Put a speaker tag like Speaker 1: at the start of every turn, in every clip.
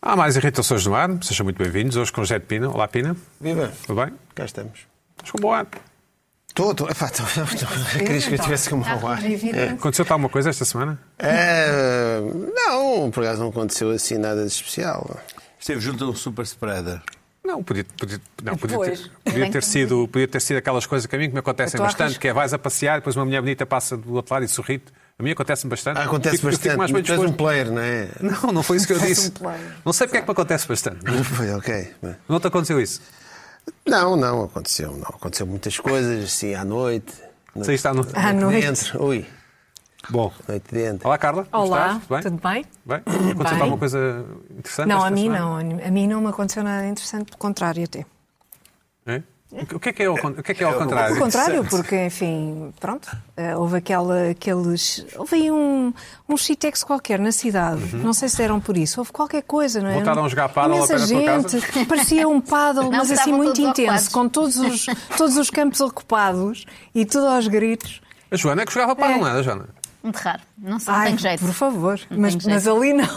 Speaker 1: Há mais irritações no ar, sejam muito bem-vindos. Hoje com o José de Pina. Olá, Pina.
Speaker 2: Viva,
Speaker 1: Tudo bem?
Speaker 2: cá estamos.
Speaker 1: Estás com bom ar.
Speaker 2: Estou, estou. Epá, estou- estou- Querias
Speaker 3: Então,
Speaker 2: que eu tivesse
Speaker 3: tá
Speaker 2: com
Speaker 4: Tá
Speaker 2: mau ar.
Speaker 1: Aconteceu-te alguma coisa esta semana?
Speaker 2: É, não, por acaso não aconteceu assim nada de especial.
Speaker 3: Esteve junto a um super spreader.
Speaker 1: Não, podia, podia- não, podia
Speaker 4: Pois.
Speaker 1: ter, podia, ter sido, podia ter sido aquelas coisas que a mim que me acontecem
Speaker 4: Eu estou a
Speaker 1: bastante,
Speaker 4: arriscar.
Speaker 1: que é vais a passear, depois uma mulher bonita passa do outro lado e sorri A mim acontece-me bastante.
Speaker 2: Ah, acontece
Speaker 1: Fico- eu
Speaker 2: bastante.
Speaker 1: Fico mais bem
Speaker 2: mas tu és um
Speaker 1: disposto.
Speaker 2: player, não é?
Speaker 1: Não, não foi isso que eu
Speaker 4: És um
Speaker 1: disse.
Speaker 4: player.
Speaker 1: Não sei porque é que me acontece bastante.
Speaker 2: Foi, ok. mas-
Speaker 1: Não te aconteceu isso?
Speaker 2: Não, não, aconteceu. Não. Aconteceu muitas coisas assim à noite. noite
Speaker 1: Saíste à noite.
Speaker 4: À noite.
Speaker 2: Dentro. Ui,
Speaker 1: Bom.
Speaker 2: noite dentro.
Speaker 1: Olá, Carla. Como
Speaker 4: Olá,
Speaker 1: estás? Tudo
Speaker 4: tudo bem?
Speaker 1: bem? bem? Aconteceu
Speaker 4: Bem.
Speaker 1: alguma coisa interessante?
Speaker 4: Não,
Speaker 1: esta
Speaker 4: a mim
Speaker 1: semana?
Speaker 4: não. A mim não me aconteceu nada interessante, pelo contrário até.
Speaker 1: É? O que é que é ao, con- o que é que é ao contrário?
Speaker 4: Pelo contrário, porque, enfim, pronto, eh, houve aquela, aqueles... Houve aí um, um shitex qualquer na cidade, não sei se eram por isso, houve qualquer coisa, não é?
Speaker 1: Uhum. Voltaram a jogar pádel ao
Speaker 4: Imensa
Speaker 1: pé da tua
Speaker 4: gente, parecia um paddle, mas assim
Speaker 5: estavam
Speaker 4: muito
Speaker 5: todos
Speaker 4: intenso,
Speaker 5: ocupados.
Speaker 4: com todos os, todos os campos ocupados e tudo aos gritos.
Speaker 1: A Joana é que jogava para não era, Joana?
Speaker 5: Muito raro. Não sei, não
Speaker 4: Ai,
Speaker 5: tenho jeito.
Speaker 4: por favor, mas,
Speaker 5: tenho
Speaker 4: mas ali não.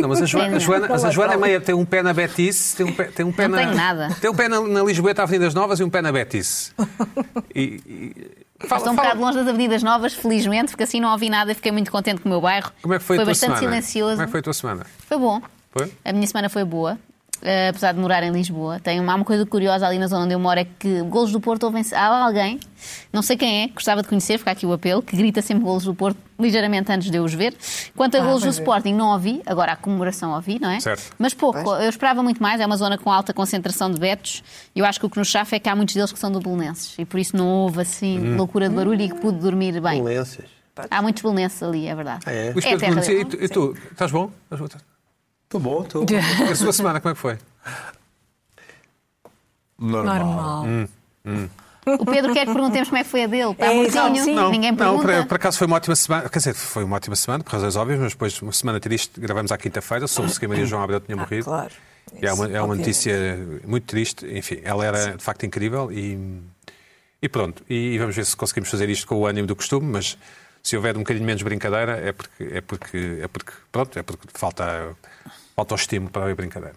Speaker 1: Não, mas a Joana, a Joana- mas a Joana é meia, tem um pé na Betis, tem um pé, tem um pé
Speaker 5: Não
Speaker 1: na.
Speaker 5: tenho nada.
Speaker 1: Tem um pé na, na Lisboeta, Avenidas Novas e um pé na Betis. E. e fala,
Speaker 5: Estou um
Speaker 1: fala-
Speaker 5: bocado longe das Avenidas Novas, felizmente, porque assim não ouvi nada e fiquei muito contente com o meu bairro.
Speaker 1: Como é que foi, a tua
Speaker 5: bastante
Speaker 1: semana?
Speaker 5: silencioso.
Speaker 1: Como é que foi a tua semana?
Speaker 5: Foi bom.
Speaker 1: Foi?
Speaker 5: A minha semana foi boa, eh, apesar de morar em Lisboa. Tem uma, há uma coisa curiosa ali na zona onde eu moro: é que golos do Porto ouvem-se. Há alguém, não sei quem é, gostava de conhecer, fica aqui o apelo, que grita sempre golos do Porto, ligeiramente antes de eu os ver. Quanto a
Speaker 4: Ah,
Speaker 5: golos do
Speaker 4: pois é.
Speaker 5: Sporting, não ouvi, agora a comemoração ouvi, não é?
Speaker 1: Certo.
Speaker 5: Mas pouco, eu esperava muito mais. É uma zona com alta concentração de betos. Eu acho que o que nos chafa é que há muitos deles que são do Belenenses e por isso não houve assim
Speaker 1: Hum.
Speaker 5: loucura de barulho e que pude dormir bem.
Speaker 2: Violências.
Speaker 5: Há muitos Belenenses ali, é verdade.
Speaker 2: Ah, é?
Speaker 1: Luís Pedro
Speaker 5: terra
Speaker 1: Nunes, e
Speaker 5: dele.
Speaker 1: tu, e tu, estás bom? Estás bom?
Speaker 3: Estou bom, estou.
Speaker 1: A sua semana, como Então, é que foi?
Speaker 3: Normal.
Speaker 4: Normal.
Speaker 1: Hum.
Speaker 5: O Pedro quer que perguntemos como é que foi a dele. Está
Speaker 4: É,
Speaker 5: mortinho?
Speaker 4: sim, sim.
Speaker 5: Ninguém
Speaker 1: não,
Speaker 5: pergunta.
Speaker 1: por, por acaso foi uma ótima semana, quer dizer, foi uma ótima semana, por razões óbvias, mas depois uma semana triste, gravamos à quinta-feira, soube-se que a Maria João Abreu tinha morrido.
Speaker 4: claro.
Speaker 1: E é uma, é uma
Speaker 4: Obviamente.
Speaker 1: notícia muito triste, enfim, ela era de facto incrível e, e pronto. E, vamos ver se conseguimos fazer isto com o ânimo do costume, mas se houver um bocadinho menos brincadeira é porque, é porque, é porque pronto, é porque falta, falta o estímulo para haver brincadeira.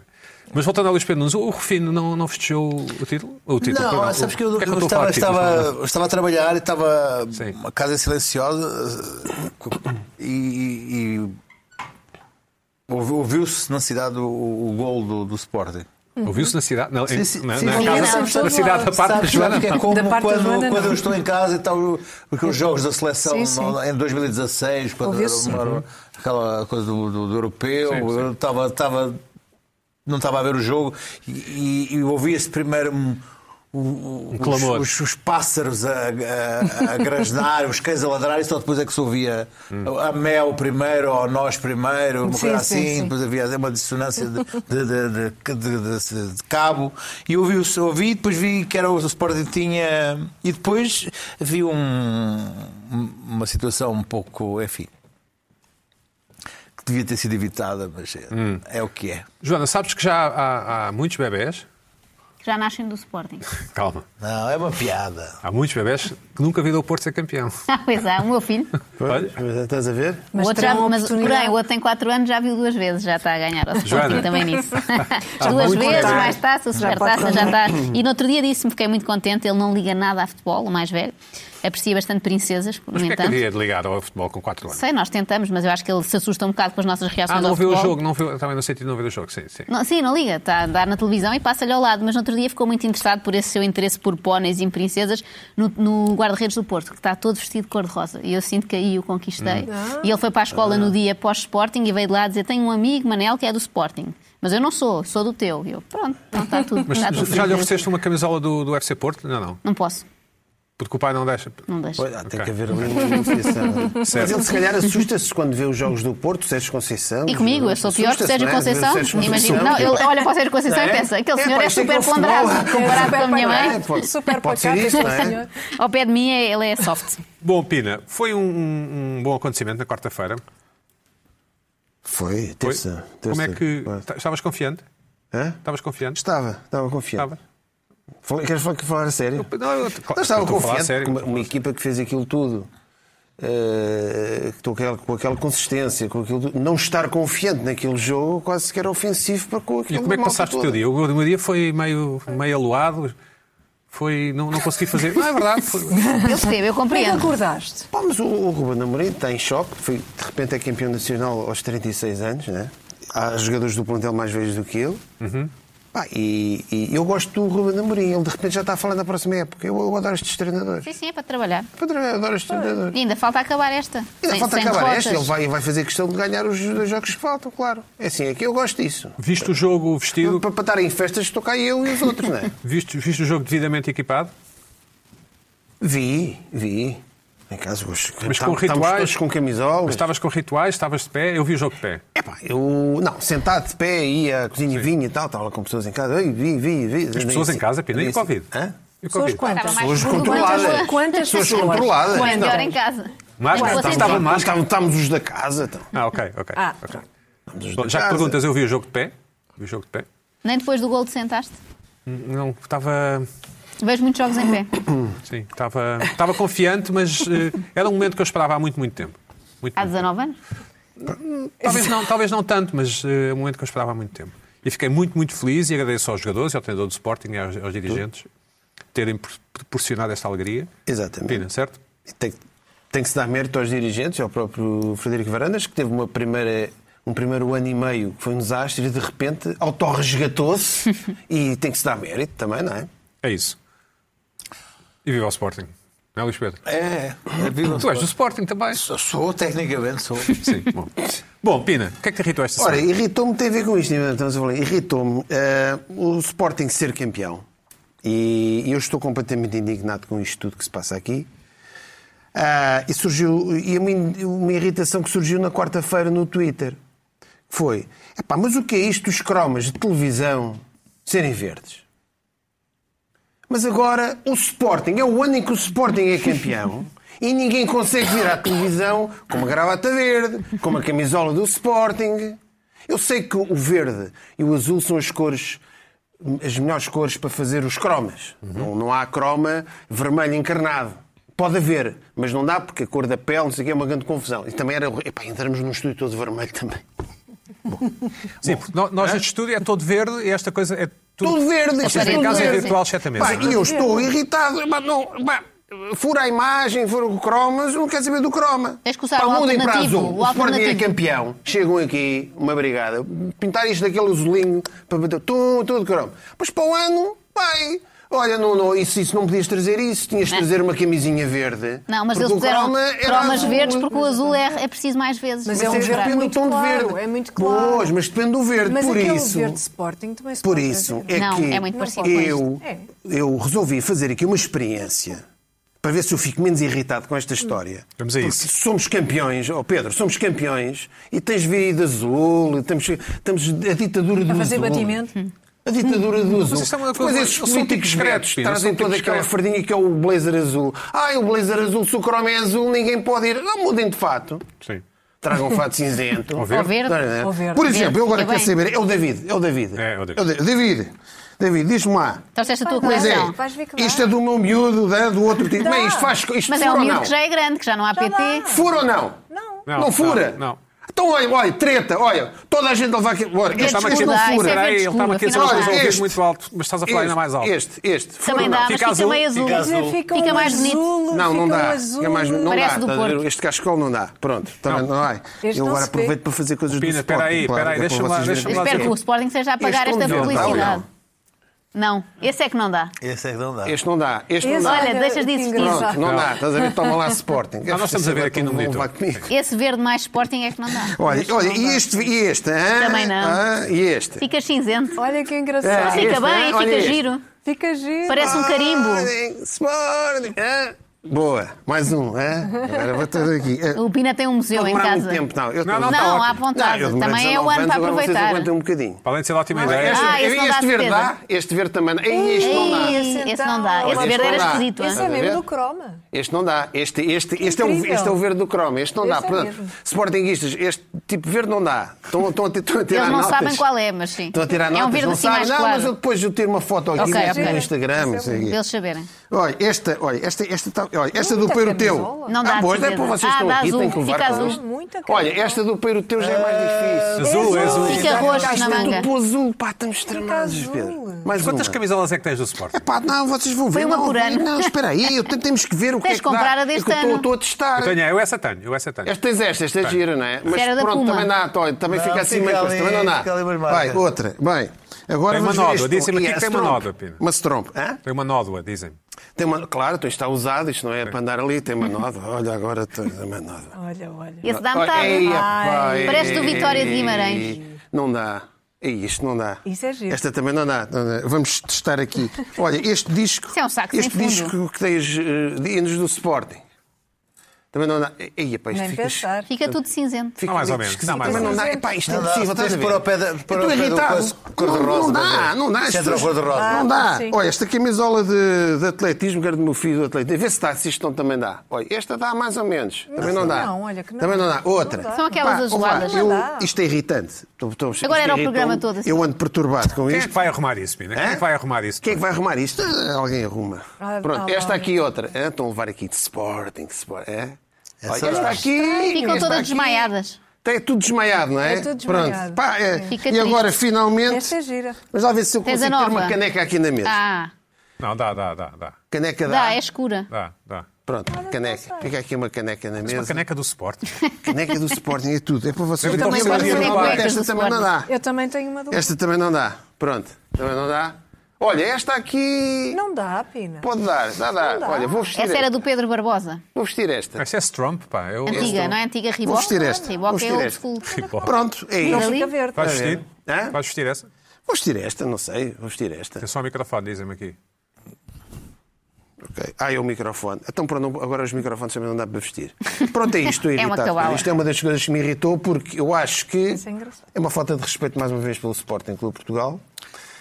Speaker 1: Mas voltando ao Luís Pedro Nunes, o Rufino não, não festejou o título? O título
Speaker 3: Não,
Speaker 1: perdão,
Speaker 3: sabes
Speaker 1: o-
Speaker 3: que eu,
Speaker 1: o é
Speaker 3: eu
Speaker 1: estou a falar
Speaker 3: estava,
Speaker 1: de títulos?
Speaker 3: estava, eu estava a trabalhar e estava
Speaker 1: Sim.
Speaker 3: uma casa silenciosa eh, co- e, e- ouvi- ouviu-se na cidade o, o gol do, do Sporting.
Speaker 5: Uhum.
Speaker 1: Ouviu-se na cidade? Não, em-
Speaker 3: Sim, sim,
Speaker 1: na,
Speaker 3: sim,
Speaker 1: na
Speaker 3: sim.
Speaker 1: casa-
Speaker 4: Sim, não,
Speaker 1: na
Speaker 4: todos
Speaker 1: cidade da
Speaker 4: nós.
Speaker 1: parte da
Speaker 3: Sabes,
Speaker 1: Joana?
Speaker 3: sabes que é como
Speaker 4: Da parte da
Speaker 3: quando,
Speaker 4: Joana,
Speaker 3: quando
Speaker 4: não.
Speaker 3: eu estou em casa e tal, aqueles jogos da seleção
Speaker 4: Sim, sim.
Speaker 3: no- em 2016, quando era
Speaker 4: Ouviu-se,
Speaker 3: uma- aquela coisa do, do- do europeu,
Speaker 1: Sim, sim.
Speaker 3: eu estava, estava- não estava a ver o jogo e, e, e ouvia-se primeiro um- o- o- os-
Speaker 1: Um clamor.
Speaker 3: Os, os pássaros a, a, a grasnar, os cães a ladrar, e só depois é que se ouvia
Speaker 1: Hum.
Speaker 3: a mel primeiro ou nós primeiro, uma
Speaker 4: Sim,
Speaker 3: coisa
Speaker 4: sim,
Speaker 3: assim,
Speaker 4: sim.
Speaker 3: depois havia uma dissonância de, de- de- de- de- de- de cabo. E ouvi, o- ouvi, depois vi que era o Sporting tinha. E depois vi um- uma situação um pouco. Enfim. Que devia ter sido evitada, mas é,
Speaker 1: Hum.
Speaker 3: é o que é.
Speaker 1: Joana, sabes que já há, há muitos bebés?
Speaker 5: Já nascem do Sporting.
Speaker 1: Calma.
Speaker 3: Não, é uma piada.
Speaker 1: Há muitos bebés que nunca viram o Porto ser campeão.
Speaker 5: Ah, pois é, o meu filho.
Speaker 1: Olha,
Speaker 2: Mas Estás a ver?
Speaker 5: O
Speaker 4: Mas
Speaker 5: outro já,
Speaker 4: terá uma
Speaker 5: mas,
Speaker 4: oportunidade.
Speaker 5: porém, o outro tem 4 anos, já viu duas vezes, já está a ganhar ao
Speaker 1: Joana.
Speaker 5: Sporting também nisso.
Speaker 1: Tá
Speaker 5: duas
Speaker 1: muito
Speaker 5: vezes,
Speaker 1: bem.
Speaker 5: mais taça, super taça, já está. E no outro dia disse-me, fiquei muito contente, ele não liga nada a futebol, o mais velho. Aprecia bastante princesas,
Speaker 1: mas
Speaker 5: no
Speaker 1: porquê é que
Speaker 5: entanto.
Speaker 1: havia de ligar ao futebol com 4 anos?
Speaker 5: Sei, nós tentamos, mas eu acho que ele se assusta um bocado com as nossas reações
Speaker 1: Ah, não
Speaker 5: ao
Speaker 1: viu o
Speaker 5: futebol.
Speaker 1: jogo, não viu, também no sentido de não ver o jogo, sim, sim.
Speaker 5: Não, sim, não liga, está a andar na televisão e passa-lhe ao lado, mas no outro dia ficou muito interessado por esse seu interesse por póneis e princesas no, no guarda-redes do Porto, que está todo vestido de cor-de-rosa. E eu sinto que aí o conquistei. E ele foi para a escola no dia pós-Sporting e veio de lá dizer: Tenho um amigo, Manel, que é do Sporting. Mas eu não sou, sou do teu. E eu, pronto, não está tudo.
Speaker 1: Mas
Speaker 5: está tudo
Speaker 1: já lhe
Speaker 5: bem."
Speaker 1: ofereceste um- uma camisola do, do FC Porto? Não, não.
Speaker 5: Não posso,
Speaker 1: Porque o pai não deixa.
Speaker 5: não deixo.
Speaker 2: Pois, ah, tem
Speaker 1: Ok.
Speaker 2: que haver ali uma negociação. Mas ele se calhar assusta-se quando vê os jogos do Porto, Sérgio Conceição. é?
Speaker 5: E comigo, eu sou pior que Sérgio Conceição. Imagina, não, ele olha para o Sérgio Conceição e
Speaker 2: Não é?
Speaker 5: pensa, aquele
Speaker 2: É,
Speaker 5: senhor
Speaker 2: pá,
Speaker 5: é
Speaker 2: isto é que
Speaker 5: super
Speaker 2: é futebol.
Speaker 5: ponderado comparado com a minha mãe.
Speaker 4: Super
Speaker 2: Pode ser
Speaker 4: pacato,
Speaker 2: isto, não
Speaker 4: este
Speaker 2: é?
Speaker 4: senhor.
Speaker 5: Ao pé de mim, ele é soft.
Speaker 1: Bom, Pina, foi um, um- um bom acontecimento na quarta-feira.
Speaker 2: Foi,
Speaker 1: Foi?
Speaker 2: terça. terça.
Speaker 1: Como é que.
Speaker 2: Quarta.
Speaker 1: ta- Estavas confiante?
Speaker 2: Hã?
Speaker 1: Estavas confiante?
Speaker 2: Estava, estava confiante.
Speaker 1: Estavas?
Speaker 2: Falei- Queres falar, falar a sério?
Speaker 1: Não, eu- claro,
Speaker 2: Não
Speaker 1: estou
Speaker 2: estava
Speaker 1: a falar
Speaker 2: confiante
Speaker 1: sério.
Speaker 2: com uma, uma equipa que fez aquilo tudo. eh, que estou com aquela, com aquela consistência, com aquilo, não estar confiante naquele jogo, quase que era ofensivo para com
Speaker 1: E
Speaker 2: aquilo.
Speaker 1: como é que passaste o teu dia? O meu dia foi meio, meio aluado, foi, não, não consegui fazer. Não, é verdade. foi-
Speaker 5: Eu percebo, eu
Speaker 4: Como é que
Speaker 5: compreendo.
Speaker 4: acordaste?
Speaker 2: Pá, mas o, o Ruben Amorim está em choque, foi, de repente é campeão nacional aos 36 anos, né? há jogadores do plantel mais velhos do que ele.
Speaker 1: Uhum.
Speaker 2: Pá, e, e eu gosto do Ruben Amorim, ele de repente já está a falar na próxima época. Eu, eu adoro estes treinadores.
Speaker 5: Sim, sim, é para trabalhar.
Speaker 2: Eu adoro estes treinadores.
Speaker 5: E ainda falta acabar esta.
Speaker 2: Ainda
Speaker 5: Sem-
Speaker 2: falta
Speaker 5: sem
Speaker 2: acabar é
Speaker 5: derrotas.
Speaker 2: este, ele vai, vai fazer questão de ganhar os dois jogos que faltam, claro. É assim, é que eu gosto disso.
Speaker 1: Viste o jogo vestido,
Speaker 2: Para, para estar em festas estou cá eu e os outros, não é?
Speaker 1: viste, viste o jogo devidamente equipado?
Speaker 2: Vi, vi. Em casa, gosto.
Speaker 1: Mas com
Speaker 2: Estávamos
Speaker 1: rituais?
Speaker 2: todos com camisola.
Speaker 1: Mas tá estavas com rituais, estavas de pé, eu vi o jogo de pé.
Speaker 2: Epá, eu. Não, sentado de pé, ia à cozinha e vinha e tal, estava lá com pessoas em casa. Ei, vi, vi, vi.
Speaker 1: As pessoas em casa, Pina, e o Covid?
Speaker 2: Hã?
Speaker 1: E o
Speaker 4: Pessoas
Speaker 1: Covid?
Speaker 4: quantas?
Speaker 5: Estava mais
Speaker 2: Pessoas
Speaker 5: burro,
Speaker 2: controladas.
Speaker 5: quantas-
Speaker 4: quantas
Speaker 2: pessoas
Speaker 4: pessoas?
Speaker 2: controladas.
Speaker 5: Quantas-
Speaker 2: Não.
Speaker 5: melhor em casa.
Speaker 1: Mas-
Speaker 5: Nem
Speaker 1: mas
Speaker 5: vocês
Speaker 1: estava
Speaker 5: têm.
Speaker 1: mais-
Speaker 2: Mas estávamos- estávamos os da casa. Então.
Speaker 1: Ah, ok, ok.
Speaker 4: Ah,
Speaker 1: ok.
Speaker 4: pronto.
Speaker 2: Estávamos os
Speaker 1: Bom,
Speaker 2: da
Speaker 1: já que
Speaker 2: casa.
Speaker 1: perguntas, eu vi o jogo de pé? Vi o jogo de pé?
Speaker 5: Nem depois do gol te sentaste.
Speaker 1: Não, estava.
Speaker 5: Vejo muitos jogos em pé.
Speaker 1: Sim, estava, estava confiante, mas eh, era um momento que eu esperava há muito, muito tempo. Muito,
Speaker 5: Há
Speaker 1: muito.
Speaker 5: 19 anos.
Speaker 1: Talvez não, talvez não tanto, mas eh, é um momento que eu esperava há muito tempo. E fiquei muito, muito feliz e agradeço aos jogadores, e ao treinador do Sporting e aos, aos dirigentes terem por- proporcionado esta alegria.
Speaker 2: Exatamente.
Speaker 1: Pina, certo?
Speaker 2: Tem, tem que se dar mérito aos dirigentes, ao próprio Frederico Varandas, que teve uma primeira, um primeiro ano e meio que foi um desastre e de repente autorresgatou-se e tem que se dar mérito também, não é?
Speaker 1: É isso. E viva o Sporting. Não é, Luís Pedro?
Speaker 3: É, é vivo.
Speaker 1: Tu és do Sporting também.
Speaker 3: Sou, sou, tecnicamente sou.
Speaker 1: Sim, bom. Bom, Pina, o que é que te irritou esta
Speaker 2: Ora,
Speaker 1: semana?
Speaker 2: irritou-me, tem a ver com isto, não é? estamos a falar. Irritou-me eh, o Sporting ser campeão. E eu estou completamente indignado com isto tudo que se passa aqui. Ah, e surgiu e uma, in- uma irritação que surgiu na quarta-feira no Twitter. Foi: "Epá, mas o que é isto dos cromas de televisão serem verdes? Mas agora o Sporting, é o ano em que o Sporting é campeão e ninguém consegue vir à televisão com uma gravata verde, com uma camisola do Sporting. Eu sei que o verde e o azul são as cores, as melhores cores para fazer os cromas. Não, não há croma vermelho encarnado. Pode haver, mas não dá porque a cor da pele, não sei o que, é uma grande confusão. E também era. Epá, entramos num estúdio todo vermelho também.
Speaker 1: Sim, porque no- nós este estúdio é todo verde e esta coisa é tudo.
Speaker 2: Tudo verde,
Speaker 1: Ou
Speaker 2: isto é
Speaker 1: seja, em
Speaker 2: tudo
Speaker 1: casa é
Speaker 2: verde.
Speaker 1: virtual, exceto a mesa.
Speaker 2: Pá, e eu
Speaker 5: é
Speaker 2: estou irritado. Pá, não, pá, fura a imagem, fura o croma, mas não quero saber do croma.
Speaker 5: Tens que usar
Speaker 2: Pá,
Speaker 5: o
Speaker 2: mudem para
Speaker 5: alternativo,
Speaker 2: azul.
Speaker 5: o
Speaker 2: O Sporting é
Speaker 5: alternativo.
Speaker 2: campeão. Chegam aqui, uma brigada, pintar isto daquele azulinho para bater tudo, tudo croma. Mas para o ano, vai. Olha, não, não, isso, isso não podias trazer isso, tinhas de trazer uma camisinha verde.
Speaker 5: Não, mas
Speaker 2: Porque
Speaker 5: eles
Speaker 2: o
Speaker 5: fizeram
Speaker 2: croma era
Speaker 5: cromas
Speaker 2: azul.
Speaker 5: verdes porque o azul é, é preciso mais vezes.
Speaker 4: Mas
Speaker 2: Mas
Speaker 4: é um
Speaker 2: isso
Speaker 4: verde
Speaker 2: depende do
Speaker 4: muito
Speaker 2: tom
Speaker 4: claro,
Speaker 2: de verde.
Speaker 4: é muito claro.
Speaker 2: Pois, mas depende do verde,
Speaker 4: Mas
Speaker 2: por
Speaker 4: aquele
Speaker 2: isso.
Speaker 4: verde Sporting também se
Speaker 2: Por
Speaker 4: pode
Speaker 2: isso
Speaker 4: fazer.
Speaker 2: é
Speaker 5: Não,
Speaker 2: que
Speaker 5: é muito parecido com
Speaker 2: eu,
Speaker 4: este. É.
Speaker 2: eu resolvi fazer aqui uma experiência para ver se eu fico menos irritado com esta
Speaker 5: Hum.
Speaker 2: história.
Speaker 1: Vamos a
Speaker 2: Porque
Speaker 1: isso.
Speaker 2: Somos campeões, ó Pedro, somos campeões e tens de vir aí de azul, e estamos, estamos a ditadura do
Speaker 4: A fazer
Speaker 2: azul.
Speaker 5: Hum.
Speaker 4: batimento.
Speaker 2: A ditadura do azul.
Speaker 1: isso é uma
Speaker 2: Depois
Speaker 1: coisa-
Speaker 2: esses
Speaker 1: eu sou um tipo
Speaker 2: políticos
Speaker 1: discreto,
Speaker 2: cretos
Speaker 1: Pina, eu sou um
Speaker 2: trazem
Speaker 1: tipo
Speaker 2: toda aquela
Speaker 1: discreto.
Speaker 2: fardinha que é o blazer azul. Ai, o blazer azul, se o cromo é azul, ninguém pode ir. Não mudem de fato.
Speaker 1: Sim.
Speaker 2: Tragam um fato cinzento.
Speaker 5: Ou verde.
Speaker 4: Ou verde.
Speaker 2: Por exemplo, eu agora quero
Speaker 5: Verde, fica bem.
Speaker 2: saber. É o David. É o David.
Speaker 1: É, é o David.
Speaker 2: David, David, diz-me lá.
Speaker 5: Trouxeste a tua
Speaker 4: Pois
Speaker 2: Mas é,
Speaker 5: coleção.
Speaker 4: Vais ver que dá.
Speaker 2: isto é do meu miúdo, da- do outro tipo.
Speaker 4: Dá.
Speaker 2: Mas isto faz. Isto
Speaker 5: Mas é
Speaker 2: fura
Speaker 5: um
Speaker 2: ou
Speaker 5: miúdo
Speaker 2: não?
Speaker 5: que já é grande, que já não há PT.
Speaker 2: Fura ou não?
Speaker 4: Não.
Speaker 1: Não,
Speaker 2: Não fura?
Speaker 1: não, não.
Speaker 2: Então, olha, olha, treta, olha, toda a gente a levar aqui. Olha,
Speaker 5: Verde
Speaker 2: este
Speaker 5: está-me a
Speaker 2: discurso
Speaker 5: queimar,
Speaker 2: não
Speaker 5: isso é
Speaker 2: fura.
Speaker 1: Espera aí,
Speaker 5: verde
Speaker 1: ele está-me a
Speaker 5: escuro,
Speaker 1: aquecer os olhos
Speaker 5: afinal dá.
Speaker 1: ao
Speaker 2: é Este.
Speaker 1: ouvir muito alto, mas estás a falar ainda mais
Speaker 2: Este,
Speaker 1: alto.
Speaker 2: este, este. Fura
Speaker 5: Também
Speaker 2: ou não?
Speaker 5: dá, mas
Speaker 1: Fica
Speaker 5: fica
Speaker 1: azul.
Speaker 5: meio azul.
Speaker 4: Quer dizer, fica,
Speaker 5: Fica
Speaker 4: um
Speaker 5: mais bonito.
Speaker 4: azul,
Speaker 2: Não, não
Speaker 4: fica um
Speaker 2: dá.
Speaker 4: azul.
Speaker 2: Fica mais, não
Speaker 5: Parece
Speaker 2: dá.
Speaker 5: do
Speaker 2: Tá a ver?
Speaker 5: Porto.
Speaker 2: Este cascol não dá. Pronto, também não, dá.
Speaker 4: Este
Speaker 2: Eu
Speaker 4: não
Speaker 2: agora
Speaker 4: se vê.
Speaker 2: aproveito para fazer coisas
Speaker 1: Pina,
Speaker 2: do
Speaker 1: espera
Speaker 2: Sporting,
Speaker 1: aí,
Speaker 2: claro,
Speaker 1: espera aí,
Speaker 2: que é para
Speaker 1: deixa-me lá,
Speaker 2: vocês
Speaker 1: deixa-me
Speaker 2: verem.
Speaker 1: lá
Speaker 5: Espero que o Sporting seja a pagar
Speaker 2: Este
Speaker 5: esta
Speaker 2: não dá,
Speaker 5: publicidade.
Speaker 2: não.
Speaker 5: Não, esse é que não dá.
Speaker 3: Esse é que não dá.
Speaker 2: Este não dá. Este não
Speaker 4: Esse- é
Speaker 2: dá.
Speaker 5: Olha, deixas de existir.
Speaker 2: Pronto, não
Speaker 1: Não.
Speaker 2: dá. Estás a ver? Toma lá Sporting.
Speaker 1: nós estamos a ver aqui no
Speaker 2: Vão
Speaker 1: monitor.
Speaker 2: levar comigo.
Speaker 5: Esse verde mais Sporting é que não dá.
Speaker 2: Olha,
Speaker 5: Este
Speaker 2: olha,
Speaker 5: não
Speaker 2: e
Speaker 5: dá.
Speaker 2: este, e este, hã?
Speaker 5: Também não.
Speaker 2: Hã? e este.
Speaker 5: Fica cinzento.
Speaker 4: Olha que
Speaker 2: Ah,
Speaker 5: Mas
Speaker 4: engraçado.
Speaker 2: este,
Speaker 5: fica
Speaker 2: é?
Speaker 5: bem,
Speaker 2: Olha
Speaker 5: fica
Speaker 2: este.
Speaker 5: giro.
Speaker 4: Fica giro.
Speaker 5: Parece um carimbo.
Speaker 2: Sporting, Sporting. hã? Boa, mais um, hã? Agora vou trazer aqui. Hã?
Speaker 5: O Pina tem um museu
Speaker 2: Não
Speaker 5: em
Speaker 2: demorar muito
Speaker 5: casa.
Speaker 2: tempo, não. Eu
Speaker 1: Não, não, tá
Speaker 2: eu
Speaker 1: não,
Speaker 2: tava-
Speaker 5: à vontade.
Speaker 2: eu demorei
Speaker 5: Também é o
Speaker 2: 19
Speaker 5: ano para
Speaker 2: anos, agora vocês
Speaker 5: aproveitar.
Speaker 2: aguentem um bocadinho.
Speaker 1: Para além de ser ótima ideia.
Speaker 2: Este,
Speaker 5: Ah, esse não dá É
Speaker 2: este verde
Speaker 5: certeza.
Speaker 2: dá, este verde também dá. Ei, Este não dá.
Speaker 4: Ei,
Speaker 5: Esse,
Speaker 4: esse
Speaker 5: não
Speaker 4: então.
Speaker 5: dá. Esse
Speaker 2: Este
Speaker 5: verde
Speaker 2: não
Speaker 5: era
Speaker 2: dá.
Speaker 5: esquisito.
Speaker 4: Esse
Speaker 5: hã?
Speaker 4: é
Speaker 2: Estás a
Speaker 4: mesmo
Speaker 2: ver?
Speaker 4: do croma.
Speaker 2: Este não dá. Este, este, este, é, o,
Speaker 4: incrível.
Speaker 2: este é o verde do Chrome. Este não dá.
Speaker 4: Este é
Speaker 2: Portanto,
Speaker 4: mesmo.
Speaker 2: sportinguistas, este tipo de verde não dá. Estão, estão, a, ti- estão a tirar
Speaker 5: Eles não
Speaker 2: notas.
Speaker 5: sabem qual é, mas sim.
Speaker 2: Estão a tirar
Speaker 5: É
Speaker 2: notas.
Speaker 5: um verde
Speaker 2: não
Speaker 5: assim
Speaker 2: sabem.
Speaker 5: mais
Speaker 2: não, mas eu
Speaker 5: claro.
Speaker 2: depois eu tiro uma foto aqui
Speaker 5: Ok,
Speaker 2: okay,
Speaker 5: ok.
Speaker 2: no Instagram. não sei o
Speaker 5: Para
Speaker 2: quê.
Speaker 5: eles saberem.
Speaker 2: Olha, esta, olha, esta, esta, tá- Olha, esta do
Speaker 4: Muita
Speaker 2: peiro teu.
Speaker 4: camisola.
Speaker 5: Não dá
Speaker 2: ah, boa, esta é
Speaker 5: tristeza.
Speaker 2: para vocês que
Speaker 5: Ah,
Speaker 2: estão
Speaker 5: dá
Speaker 2: aqui.
Speaker 5: azul,
Speaker 2: Tem que levar
Speaker 5: fica
Speaker 2: com
Speaker 5: azul.
Speaker 2: isto.
Speaker 4: Muita camisola.
Speaker 2: Olha, esta do peiro teu já é mais difícil.
Speaker 1: Azul,
Speaker 4: é
Speaker 1: azul.
Speaker 4: azul.
Speaker 5: Fica roxo na manga.
Speaker 2: Tudo azul, pá, estamos tramados,
Speaker 4: azul.
Speaker 2: Pedro. Mais
Speaker 1: Quantas
Speaker 2: uma.
Speaker 1: camisolas é que tens do Sporting?
Speaker 2: Pá, não, vocês vão ver.
Speaker 5: Foi uma
Speaker 2: não,
Speaker 5: por ano.
Speaker 2: Não, espera aí, eu tenho- temos que ver o que
Speaker 5: Tens
Speaker 2: é que
Speaker 5: de comprar
Speaker 2: dá.
Speaker 5: a deste
Speaker 2: é que eu estou-
Speaker 5: ano.
Speaker 2: estou a testar.
Speaker 1: Eu tenho, eu essa tenho, eu essa tenho.
Speaker 2: Esta tens esta, esta é gira, não é? Mas
Speaker 5: Era da
Speaker 2: pronto,
Speaker 5: Puma.
Speaker 2: também dá, olha, também
Speaker 3: Não,
Speaker 2: fica assim
Speaker 3: fica
Speaker 2: meio coisa,
Speaker 3: ali,
Speaker 2: também não dá.
Speaker 3: fica ali umas
Speaker 2: Vai,
Speaker 3: marcas.
Speaker 2: outra. Bem, agora
Speaker 1: Tem uma
Speaker 2: vamos ver
Speaker 1: nódoa,
Speaker 2: este.
Speaker 1: disse-me aqui
Speaker 2: É,
Speaker 1: que tem uma
Speaker 2: strompe.
Speaker 1: nódoa, Pina.
Speaker 2: Uma strompe. Hã?
Speaker 1: Tem uma nódoa, dizem.
Speaker 2: Tem uma, claro, então isto está usado, isto não é para andar ali, tem uma nódoa. Olha, agora tem uma nódoa.
Speaker 4: Olha, olha.
Speaker 5: Esse dá
Speaker 2: Olha,
Speaker 5: metade.
Speaker 2: ei,
Speaker 4: Ai.
Speaker 2: epá,
Speaker 5: Parece do
Speaker 2: ei,
Speaker 5: Vitória de
Speaker 2: ei,
Speaker 5: Guimarães.
Speaker 2: Não dá. Ei, isto não dá.
Speaker 4: Isso é giro.
Speaker 2: Esta também não dá. não dá. Vamos testar aqui. Olha, este disco.
Speaker 5: Isso é um saco sem
Speaker 2: este
Speaker 5: fundo.
Speaker 2: disco que tens eh, de hinos do Sporting. Também não dá. Ei, epá, isto
Speaker 4: Nem
Speaker 2: fica
Speaker 4: pensar.
Speaker 5: Fica tudo cinzento.
Speaker 2: Fica
Speaker 1: Não, mais ou
Speaker 2: muito
Speaker 1: menos.
Speaker 2: esquisito.
Speaker 1: Não, mais
Speaker 2: Mas
Speaker 1: ou
Speaker 2: não dá.
Speaker 4: menos.
Speaker 2: Epá, isto é
Speaker 3: Não dá.
Speaker 2: impossível.
Speaker 3: Tens
Speaker 2: estás a
Speaker 3: de pôr
Speaker 2: ver?
Speaker 3: ao pé da-
Speaker 2: Eu
Speaker 3: pôr ao
Speaker 2: estou
Speaker 3: pé do
Speaker 2: irritado.
Speaker 3: coiso cor-de-rosa,
Speaker 2: Não,
Speaker 3: é?
Speaker 2: não
Speaker 3: estás a
Speaker 2: dá,
Speaker 3: ver?
Speaker 2: não dá.
Speaker 3: Centro
Speaker 2: Estas-
Speaker 3: cor-de-rosa.
Speaker 4: Ah,
Speaker 2: Não dá.
Speaker 4: sim.
Speaker 2: Olha, esta camisola de, de atletismo, que era do meu filho do atletismo. Vê se está, se isto não também dá. Olha, esta dá mais ou menos. Também não, dá.
Speaker 4: não, olha que não.
Speaker 2: Também não dá. Outra.
Speaker 4: Não dá.
Speaker 5: São aquelas
Speaker 2: Pá,
Speaker 5: azuladas.
Speaker 2: olá, eu-
Speaker 4: Não dá.
Speaker 2: Isto é irritante. Estou- estou- isto
Speaker 5: Agora era o
Speaker 2: irritou-me.
Speaker 5: programa todo, assim.
Speaker 2: Eu ando perturbado com
Speaker 1: Quem é que
Speaker 2: isto.
Speaker 1: vai arrumar isso, Pina? Quem é
Speaker 2: Hã?
Speaker 1: que vai arrumar isso?
Speaker 2: Quem é que vai arrumar isto? Ah, Alguém arruma.
Speaker 4: Ah,
Speaker 2: Pronto,
Speaker 4: ah,
Speaker 2: esta
Speaker 4: lá.
Speaker 2: aqui outra. Ah, Estão a levar aqui de Sporting, de Sporting. É? Olha,
Speaker 3: Essa
Speaker 2: esta
Speaker 3: dá.
Speaker 2: aqui.
Speaker 5: Ficam
Speaker 2: esta
Speaker 5: todas
Speaker 2: aqui.
Speaker 5: desmaiadas.
Speaker 2: Tem tudo desmaiado, não é?
Speaker 4: É tudo desmaiado.
Speaker 2: Pronto. Pá, é.
Speaker 5: Fica
Speaker 2: E
Speaker 5: triste.
Speaker 2: agora, finalmente.
Speaker 4: Esta é gira.
Speaker 2: Mas lá ver se eu
Speaker 5: Tens
Speaker 2: consigo
Speaker 5: a
Speaker 2: ter
Speaker 5: nova?
Speaker 2: uma caneca aqui na mesa.
Speaker 5: Ah,
Speaker 1: Não, dá, dá, dá, dá.
Speaker 2: Caneca dá.
Speaker 5: dá, é escura.
Speaker 1: Dá, dá.
Speaker 2: Pronto, caneca. Fica aqui uma caneca na
Speaker 1: Uma
Speaker 2: mesa.
Speaker 1: caneca do Sporting.
Speaker 2: Caneca do Sporting é tudo. É para vocês.
Speaker 1: Eu também
Speaker 2: verem.
Speaker 1: gosto de ter
Speaker 5: cuecas
Speaker 2: Esta
Speaker 5: do
Speaker 2: também não dá.
Speaker 4: Eu também tenho uma dúvida.
Speaker 2: Esta também não dá. Pronto, também não dá. Olha, esta aqui.
Speaker 4: Não dá, Pina.
Speaker 2: Pode dar, dá, dá.
Speaker 4: Não dá.
Speaker 2: Olha, vou vestir
Speaker 5: Essa era
Speaker 2: esta.
Speaker 5: do Pedro Barbosa.
Speaker 2: Vou vestir esta.
Speaker 1: Essa é Strump, pá. Eu,
Speaker 5: Antiga, não é antiga? Riboc.
Speaker 2: vestir esta. Vou
Speaker 5: Riboc é
Speaker 2: vestir
Speaker 5: old
Speaker 2: esta.
Speaker 5: school.
Speaker 2: Pronto, é
Speaker 4: Não
Speaker 2: isso.
Speaker 5: ali?
Speaker 4: fica verde.
Speaker 1: Vais vestir?
Speaker 2: Hã?
Speaker 1: Vais vestir essa?
Speaker 2: Vou vestir esta, não sei. Vou vestir esta.
Speaker 1: Tem só o microfone, dizem-me aqui.
Speaker 2: Ok. Ah, é o microfone. Então, pronto, não- agora os microfones também não dá para vestir. Pronto, é isto. Estou
Speaker 5: É uma
Speaker 2: irritado.
Speaker 5: cabala.
Speaker 2: isto é uma das coisas que me irritou, porque eu acho que
Speaker 4: Isso é engraçado.
Speaker 2: é uma falta de respeito, mais uma vez, pelo Sporting Clube de Portugal.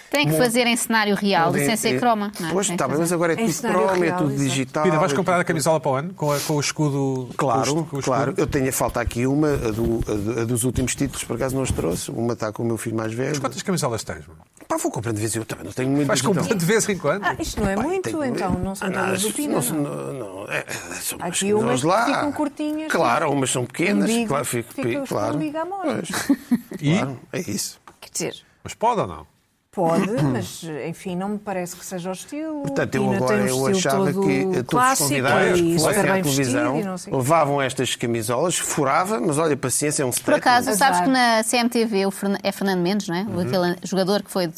Speaker 5: Tem que fazer em cenário real,
Speaker 2: Onde é-
Speaker 5: sem ser
Speaker 2: é-
Speaker 5: croma. não é?
Speaker 2: Pois,
Speaker 5: Tem que
Speaker 2: está bem,
Speaker 5: fazer.
Speaker 2: mas agora é
Speaker 4: Em
Speaker 2: tudo
Speaker 4: cenário
Speaker 2: croma, é
Speaker 4: real,
Speaker 2: tudo
Speaker 4: exato.
Speaker 2: digital.
Speaker 1: Pina, vais
Speaker 2: é
Speaker 1: comprar a
Speaker 2: tudo-
Speaker 1: camisola para o ano? Com, a- com o escudo. com
Speaker 2: Claro,
Speaker 1: o escudo- com o escudo?
Speaker 2: claro. Eu tenho a falta aqui uma, a, do- a do- a dos últimos títulos, por acaso não os trouxe. Uma está com o meu filho mais velho.
Speaker 1: Quantas camisolas tens, mano?
Speaker 2: Pá, vou comprando de vez em quando. Também não tenho muito
Speaker 1: Vais
Speaker 2: digital.
Speaker 1: comprando de vez em quando?
Speaker 4: Ah, isto não é
Speaker 2: Pá,
Speaker 4: muito,
Speaker 2: tenho-
Speaker 4: então. Não são
Speaker 2: Ah,
Speaker 4: todas do
Speaker 2: as-
Speaker 4: Pina,
Speaker 2: não
Speaker 4: não.
Speaker 2: são- Não, não, é, é, são
Speaker 4: Há
Speaker 2: umas
Speaker 4: aqui umas
Speaker 2: camisolas
Speaker 4: que
Speaker 2: lá.
Speaker 4: ficam curtinhas. é?
Speaker 2: Claro, umas são pequenas.
Speaker 4: Umbigo.
Speaker 2: Claro, fico,
Speaker 4: Fica
Speaker 2: pe-
Speaker 4: os com
Speaker 2: claro.
Speaker 4: umbigo à mostra.
Speaker 2: Pois, claro, é isso.
Speaker 4: Quer dizer,
Speaker 1: Mas pode ou não?
Speaker 4: pode, mas enfim, não me parece que seja o estilo.
Speaker 2: Portanto, eu
Speaker 4: Pina tem
Speaker 2: agora
Speaker 4: um
Speaker 2: eu
Speaker 4: estilo
Speaker 2: achava
Speaker 4: todo
Speaker 2: que eh, todos os
Speaker 4: clássico
Speaker 2: convidados
Speaker 4: e
Speaker 2: que
Speaker 4: super
Speaker 2: fossem à
Speaker 4: bem vestido e
Speaker 2: televisão
Speaker 4: não sei o quê.
Speaker 2: levavam estas camisolas, furava, mas olha, paciência, é um
Speaker 5: Por acaso,
Speaker 4: Azar.
Speaker 5: sabes que na CMTV o Fernan- é Fernando Mendes, não é?
Speaker 2: Uhum.
Speaker 5: O Aquele jogador que foi de.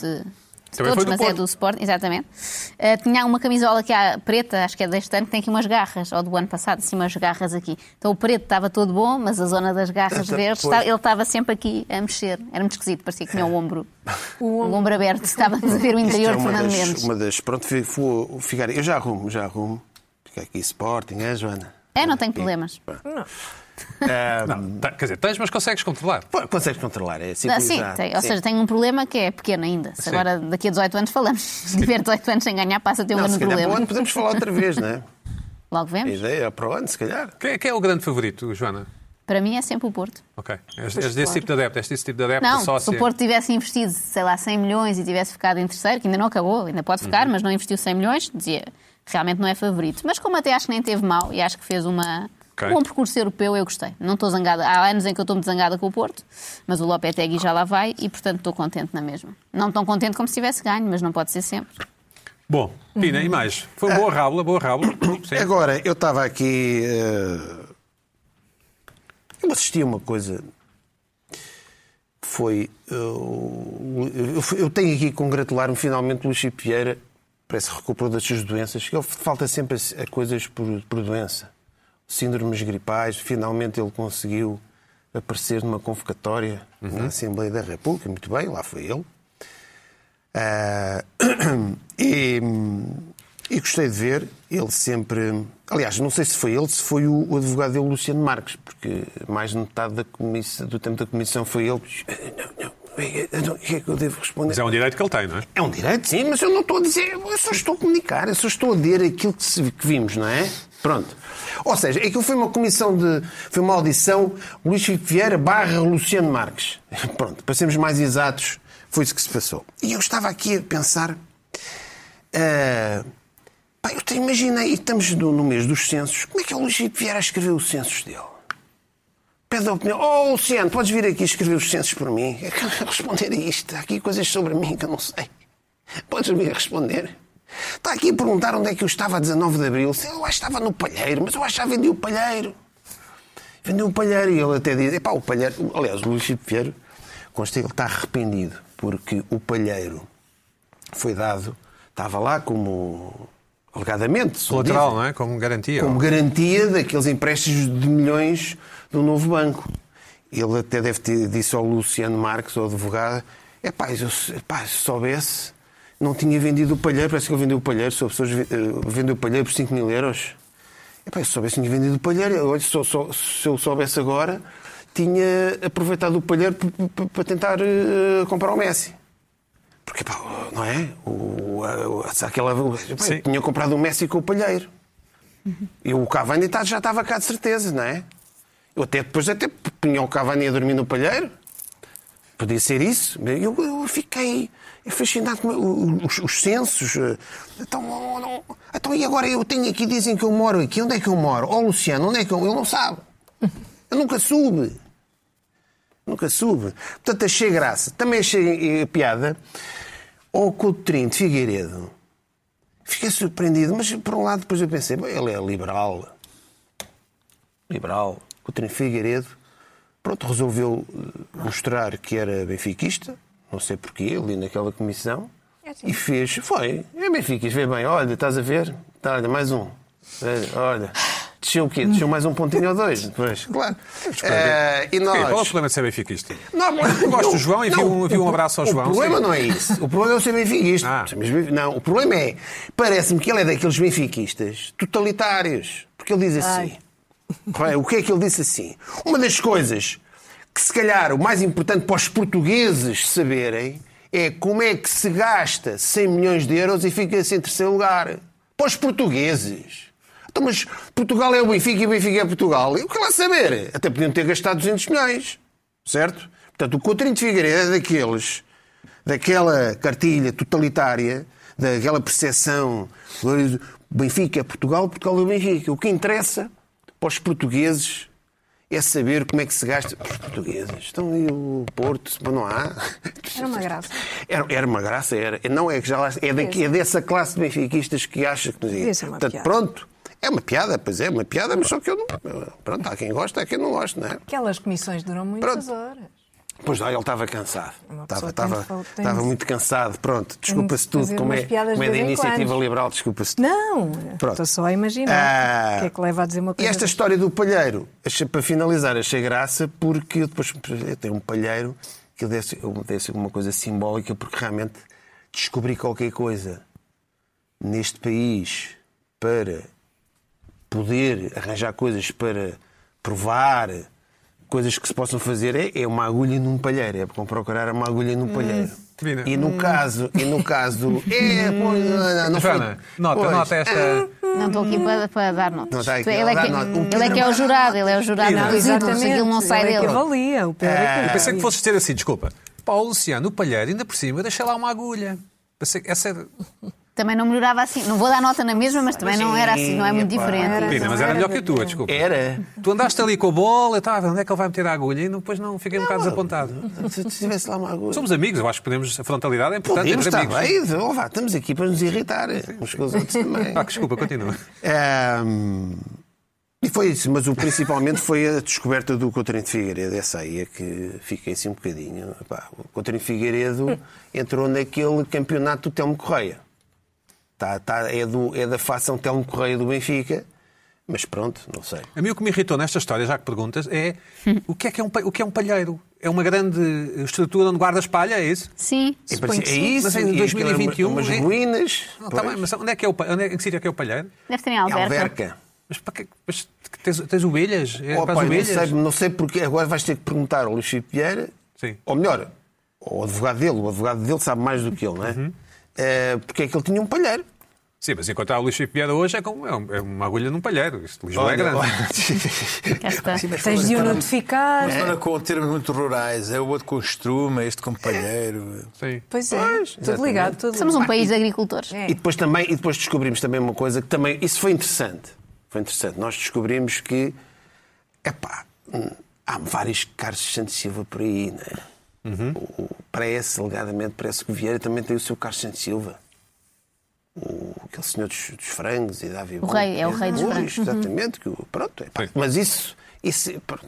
Speaker 5: de
Speaker 1: Também
Speaker 5: todos,
Speaker 1: foi do
Speaker 5: mas é
Speaker 1: Porto.
Speaker 5: do Sporting, exatamente. Ah, tinha uma camisola que há preta, acho que é deste ano, que tem aqui umas garras, ou do ano passado, assim, umas garras aqui. Então o preto estava todo bom, mas a zona das garras
Speaker 2: Então,
Speaker 5: verdes,
Speaker 2: pois.
Speaker 5: estava- ele estava sempre aqui a mexer. Era muito esquisito, parecia que tinha o ombro, o ombro, aberto. Estávamos a ver o
Speaker 2: Isto
Speaker 5: interior
Speaker 2: é
Speaker 5: de
Speaker 2: uma
Speaker 5: Fernando
Speaker 2: das,
Speaker 5: Mendes.
Speaker 2: uma das. Pronto, fi- vou ficar. Eu já arrumo, já arrumo. Fica aqui Sporting, é, Joana?
Speaker 5: É, não tenho problemas.
Speaker 1: Não, tá- quer dizer, tens, mas consegues controlar.
Speaker 2: Pô, Consegues controlar, é
Speaker 5: Ah, sim,
Speaker 2: civilizado.
Speaker 5: tem. ou
Speaker 2: Sim.
Speaker 5: seja, tenho um problema que é pequeno ainda. Se agora daqui a 18 anos falamos, se tiver 18 anos sem ganhar, passa a ter um
Speaker 2: não,
Speaker 5: grande
Speaker 2: se calhar para o
Speaker 5: problema.
Speaker 2: ano podemos falar outra vez, não é?
Speaker 5: Logo
Speaker 2: A
Speaker 5: vemos.
Speaker 2: ideia é para o ano, se calhar.
Speaker 1: Quem, é- quem é o grande favorito, Joana?
Speaker 5: Para mim é sempre o Porto.
Speaker 1: Ok. És, és desse tipo de adepto, és desse tipo de adepto,
Speaker 5: Não, se
Speaker 1: sócio.
Speaker 5: o Porto tivesse investido, sei lá, 100 milhões e tivesse ficado em terceiro, que ainda não acabou, ainda pode ficar, mas não investiu 100 milhões, dizia, realmente não é favorito. Mas como até acho que nem teve mal e acho que fez uma...
Speaker 1: Ok.
Speaker 5: um bom percurso europeu, eu gostei. Não estou zangada. Há anos em que eu estou muito zangada com o Porto, mas o Lopetegui já lá vai e, portanto, estou contente na mesma. Não tão contente como se tivesse ganho, mas não pode ser sempre.
Speaker 1: Bom, Pina, e mais? Foi boa rábula, boa rábula. Sim.
Speaker 2: Agora, eu estava aqui. eh, Eu assisti a uma coisa. Foi. eh, o- Eu, eu tenho aqui que congratular-me finalmente o Luís Chico Vieira. Parece que recuperou das suas doenças. que Ele falta sempre a, a coisas por, por doença. Síndromes gripais. Finalmente ele conseguiu aparecer numa convocatória na Assembleia da República. Muito bem, lá foi ele. Ah, e, e gostei de ver, ele sempre. Aliás, não sei se foi ele, se foi o, o advogado dele, Luciano Marques, porque mais de metade da comissão, do tempo da comissão foi ele. Não, não, eu não- o que é que eu devo responder?
Speaker 1: Mas é um direito que ele tem, não é?
Speaker 2: É um direito, sim, mas eu não estou a dizer, eu só estou a comunicar, eu só estou a dizer aquilo que, se- que vimos, não é? Pronto. Ou seja, aquilo foi uma comissão de. Foi uma audição Luís Filipe Vieira barra Luciano Marques. Pronto, para sermos mais exatos, foi isso que se passou. E eu estava aqui a pensar. ah, pá, Pá, eu te imaginei, e estamos no, no mês dos censos, como é que é o Luís Filipe Vieira a escrever os censos dele? Pede a opinião. Oh, Luciano, podes vir aqui escrever os censos por mim? É Eu quero responder a isto. Há aqui coisas sobre mim que eu não sei. Podes vir responder? Está aqui a perguntar onde é que eu estava a 19 de Abril. Eu acho que estava no Palheiro, mas eu acho que já vendi o Palheiro. Vendi o Palheiro e ele até diz... Epá, o Palheiro... Aliás, o Luís Filipe Vieira, consta que ele está arrependido porque o Palheiro foi dado... Estava lá como... Alegadamente. segundo
Speaker 1: Colateral,
Speaker 2: dizem
Speaker 1: não é? Como garantia.
Speaker 2: como garantia daqueles empréstimos de milhões do novo banco. Ele até deve ter disse ao Luciano Marques, ao advogado, é pá, eu, se- pá, se soubesse, não tinha vendido o palheiro, parece que ele vendeu o palheiro, se pessoas eh, vendeu o palheiro por 5 mil euros. É pá, se soubesse, tinha vendido o palheiro. Olha, se, eu sou- se eu soubesse agora, tinha aproveitado o palheiro p- p- p- para tentar eh, comprar o Messi. Porque, pá, não é? O, a- a- aquela, pá,
Speaker 1: Sim.
Speaker 2: tinha comprado o Messi com o palheiro. E o Cavani tá- já estava cá de certeza, não é? Eu até depois até punha o Cavani a dormir no palheiro. Podia ser isso. Eu, eu fiquei fascinado com o- os, os censos. eh, Então, oh, não- então, e agora eu tenho aqui, dizem que eu moro aqui. Onde é que eu moro? Ó Luciano, onde é que eu... Ele não sabe. Eu nunca soube. Nunca soube. Portanto, achei graça. Também achei eh, piada. Ou Coutrinho de Figueiredo. Fiquei surpreendido, mas por um lado depois eu pensei, bom, ele é liberal. Liberal. Coutrinho de Figueiredo. Pronto, resolveu eh, mostrar que era benfiquista. Não sei porquê, ali naquela comissão.
Speaker 4: É assim.
Speaker 2: E fez, foi. É benfiquista, vê bem. Olha, estás a ver? Tá, Olha, mais um. Olha, Olha. Desceu o quê? Desceu mais um pontinho ou dois. Depois, claro. Eh, e
Speaker 1: Ok, qual é o
Speaker 2: nós...
Speaker 1: problema de ser benfiquista?
Speaker 2: Não, mas eu
Speaker 1: gosto do João e vi um- vi um
Speaker 2: o-
Speaker 1: abraço ao
Speaker 2: o
Speaker 1: João,
Speaker 2: O problema
Speaker 1: sim.
Speaker 2: não é isso. O problema é eu ser benfiquista.
Speaker 1: Ah.
Speaker 2: Ser mesmo- Não, o problema é, parece-me que ele é daqueles benfiquistas totalitários. Porque ele diz assim. Vai, O que é que ele disse assim? Uma das coisas que, se calhar, o mais importante para os portugueses saberem é como é que se gasta 100 milhões de euros e fica-se em terceiro lugar. Para os portugueses. Então, mas Portugal é o Benfica e o Benfica é Portugal. Eu quero lá saber. Até podiam ter gastado 200 milhões. Certo? Portanto, o Coutinho de Figueiredo é daqueles daquela cartilha totalitária, daquela percepção gloriosa, Benfica é Portugal, Portugal é Benfica. O que interessa para os portugueses é saber como é que se gasta. Os portugueses estão aí o Porto, se não há.
Speaker 4: Era uma graça.
Speaker 2: Era, era uma graça, era. Não é que já lá, é, daqui, é dessa classe de benfiquistas que acha que nos
Speaker 4: Isso é uma
Speaker 2: Portanto,
Speaker 4: piada.
Speaker 2: pronto. É uma piada, pois é, uma piada, mas só que eu não. Pronto, há quem gosta, há quem não gosta, não é?
Speaker 4: Aquelas comissões duram muitas
Speaker 2: Pronto.
Speaker 4: horas.
Speaker 2: Pois não, ele estava cansado.
Speaker 4: Uma
Speaker 2: Estava,
Speaker 4: pessoa
Speaker 2: estava,
Speaker 4: tem de- tem
Speaker 2: estava
Speaker 4: de-
Speaker 2: muito cansado. Pronto, desculpa-se
Speaker 4: de
Speaker 2: tudo.
Speaker 4: fazer
Speaker 2: Como é,
Speaker 4: umas piadas
Speaker 2: como é da
Speaker 4: de vez em
Speaker 2: iniciativa
Speaker 4: quando.
Speaker 2: liberal, desculpa-se tudo.
Speaker 4: Não,
Speaker 2: Pronto.
Speaker 4: estou só a imaginar.
Speaker 2: Ah.
Speaker 4: O que é que leva a dizer uma
Speaker 2: E
Speaker 4: coisa?
Speaker 2: esta história do palheiro, achei- para finalizar, achei graça porque eu depois tem um palheiro que eu desse, eu desse uma coisa simbólica porque realmente descobri qualquer coisa neste país para poder arranjar coisas para provar, coisas que se possam fazer, é, é uma agulha num palheiro, é como procurar uma agulha
Speaker 1: Hum.
Speaker 2: num palheiro.
Speaker 1: Divina.
Speaker 2: E no caso, e no caso, é, pois, não, não, não foi-
Speaker 1: Joana, nota,
Speaker 2: pois,
Speaker 1: nota esta.
Speaker 5: Não estou aqui para, para dar notas.
Speaker 2: Não está aqui,
Speaker 5: Isto é, ele, é
Speaker 2: dá
Speaker 5: que,
Speaker 2: nota. O
Speaker 5: ele é que é
Speaker 2: Pedro
Speaker 5: o jurado, ele é o jurado
Speaker 4: Não,
Speaker 5: dos ídolos,
Speaker 4: exatamente.
Speaker 5: aquilo não sai
Speaker 4: Ele é que
Speaker 5: dele.
Speaker 4: avalia, o Pedro
Speaker 2: Ah,
Speaker 4: é que
Speaker 1: Eu pensei que
Speaker 4: avalia.
Speaker 1: fosses ter assim, desculpa. Paulo Luciano, o palheiro, ainda por cima, deixa lá uma agulha. Pensei que essa era.
Speaker 5: Também não melhorava assim. Não vou dar nota na mesma, mas também não era assim, não é muito
Speaker 2: Epá.
Speaker 5: diferente.
Speaker 1: Pina, mas era melhor que a tua, desculpa.
Speaker 2: Era.
Speaker 1: É. Tu andaste ali com a bola, eu estava a ver onde é que ele vai meter a agulha e depois não, fiquei um bocado desapontado.
Speaker 2: Se tivesse lá uma agulha.
Speaker 1: Somos amigos, eu acho que podemos. A frontalidade é importante
Speaker 2: Podemos
Speaker 1: entre
Speaker 2: estar
Speaker 1: amigos.
Speaker 2: Então, bem, oh, vá, estamos aqui para nos irritar, uns com os outros também.
Speaker 1: Ah, desculpa, continua.
Speaker 2: Ahm, E foi isso, mas o principalmente foi a descoberta do Coutinho de Figueiredo. Essa aí é que fiquei assim um bocadinho. Pá, o Coutinho de Figueiredo entrou naquele campeonato do Telmo Correia. Tá, tá, é, do, é da facção Telmo Correia do Benfica, mas pronto, não sei.
Speaker 1: A mim o que me irritou nesta história, já que perguntas, é o que é, que é, um, pa- o que é um palheiro? É uma grande estrutura onde guardas palha, é isso?
Speaker 5: Sim.
Speaker 2: É, parecido- é isso,
Speaker 1: Mas em
Speaker 2: e aquilo é
Speaker 1: 2021,
Speaker 2: uma- umas
Speaker 1: é?
Speaker 2: ruínas.
Speaker 1: Não, tá
Speaker 2: pois.
Speaker 1: bem, mas onde é que é o pa- onde é, em que sítio é que é o palheiro?
Speaker 5: Deve ter em
Speaker 2: É
Speaker 5: Alberta.
Speaker 2: Alverca.
Speaker 1: Mas, para quê? Mas tens, tens ovelhas? É
Speaker 2: Oh,
Speaker 1: para
Speaker 2: pai,
Speaker 1: as
Speaker 2: não,
Speaker 1: ovelhas?
Speaker 2: sei, não sei porque. Agora vais ter que perguntar ao Luís Filipe Vieira,
Speaker 1: Sim.
Speaker 2: ou melhor,
Speaker 1: Uhum.
Speaker 2: ao advogado dele. O advogado dele sabe mais do que ele, não é? Eh, porque é que ele tinha um palheiro.
Speaker 1: Sim, mas encontrar o Luís Filipe Vieira hoje é, como, é um- é uma agulha num palheiro. Isto, Lisboa é
Speaker 3: Olha,
Speaker 1: grande.
Speaker 3: olha.
Speaker 5: Cá está.
Speaker 3: Sim, mas
Speaker 4: Tens de o
Speaker 3: fala-
Speaker 4: notificar.
Speaker 2: É.
Speaker 3: Mas fala é com termos muito rurais, é o outro com estruma, este com palheiro.
Speaker 1: Sim.
Speaker 4: Pois é, tudo ligado. Tudo
Speaker 5: Somos um país de agricultores.
Speaker 2: E depois também e depois descobrimos também uma coisa que também isso foi interessante. Foi interessante. Nós descobrimos que epá, hum, há vários Carlos Santos Silva por aí, né? O, o- parece, alegadamente, parece que o Vieira também tem o seu Carlos Santos Silva. O, aquele senhor dos, dos frangos e da Avibu.
Speaker 5: rei, é o rei dos frangos.
Speaker 2: Exatamente, que o- pronto. epá,
Speaker 1: Sim.
Speaker 2: mas isso, isso, pronto,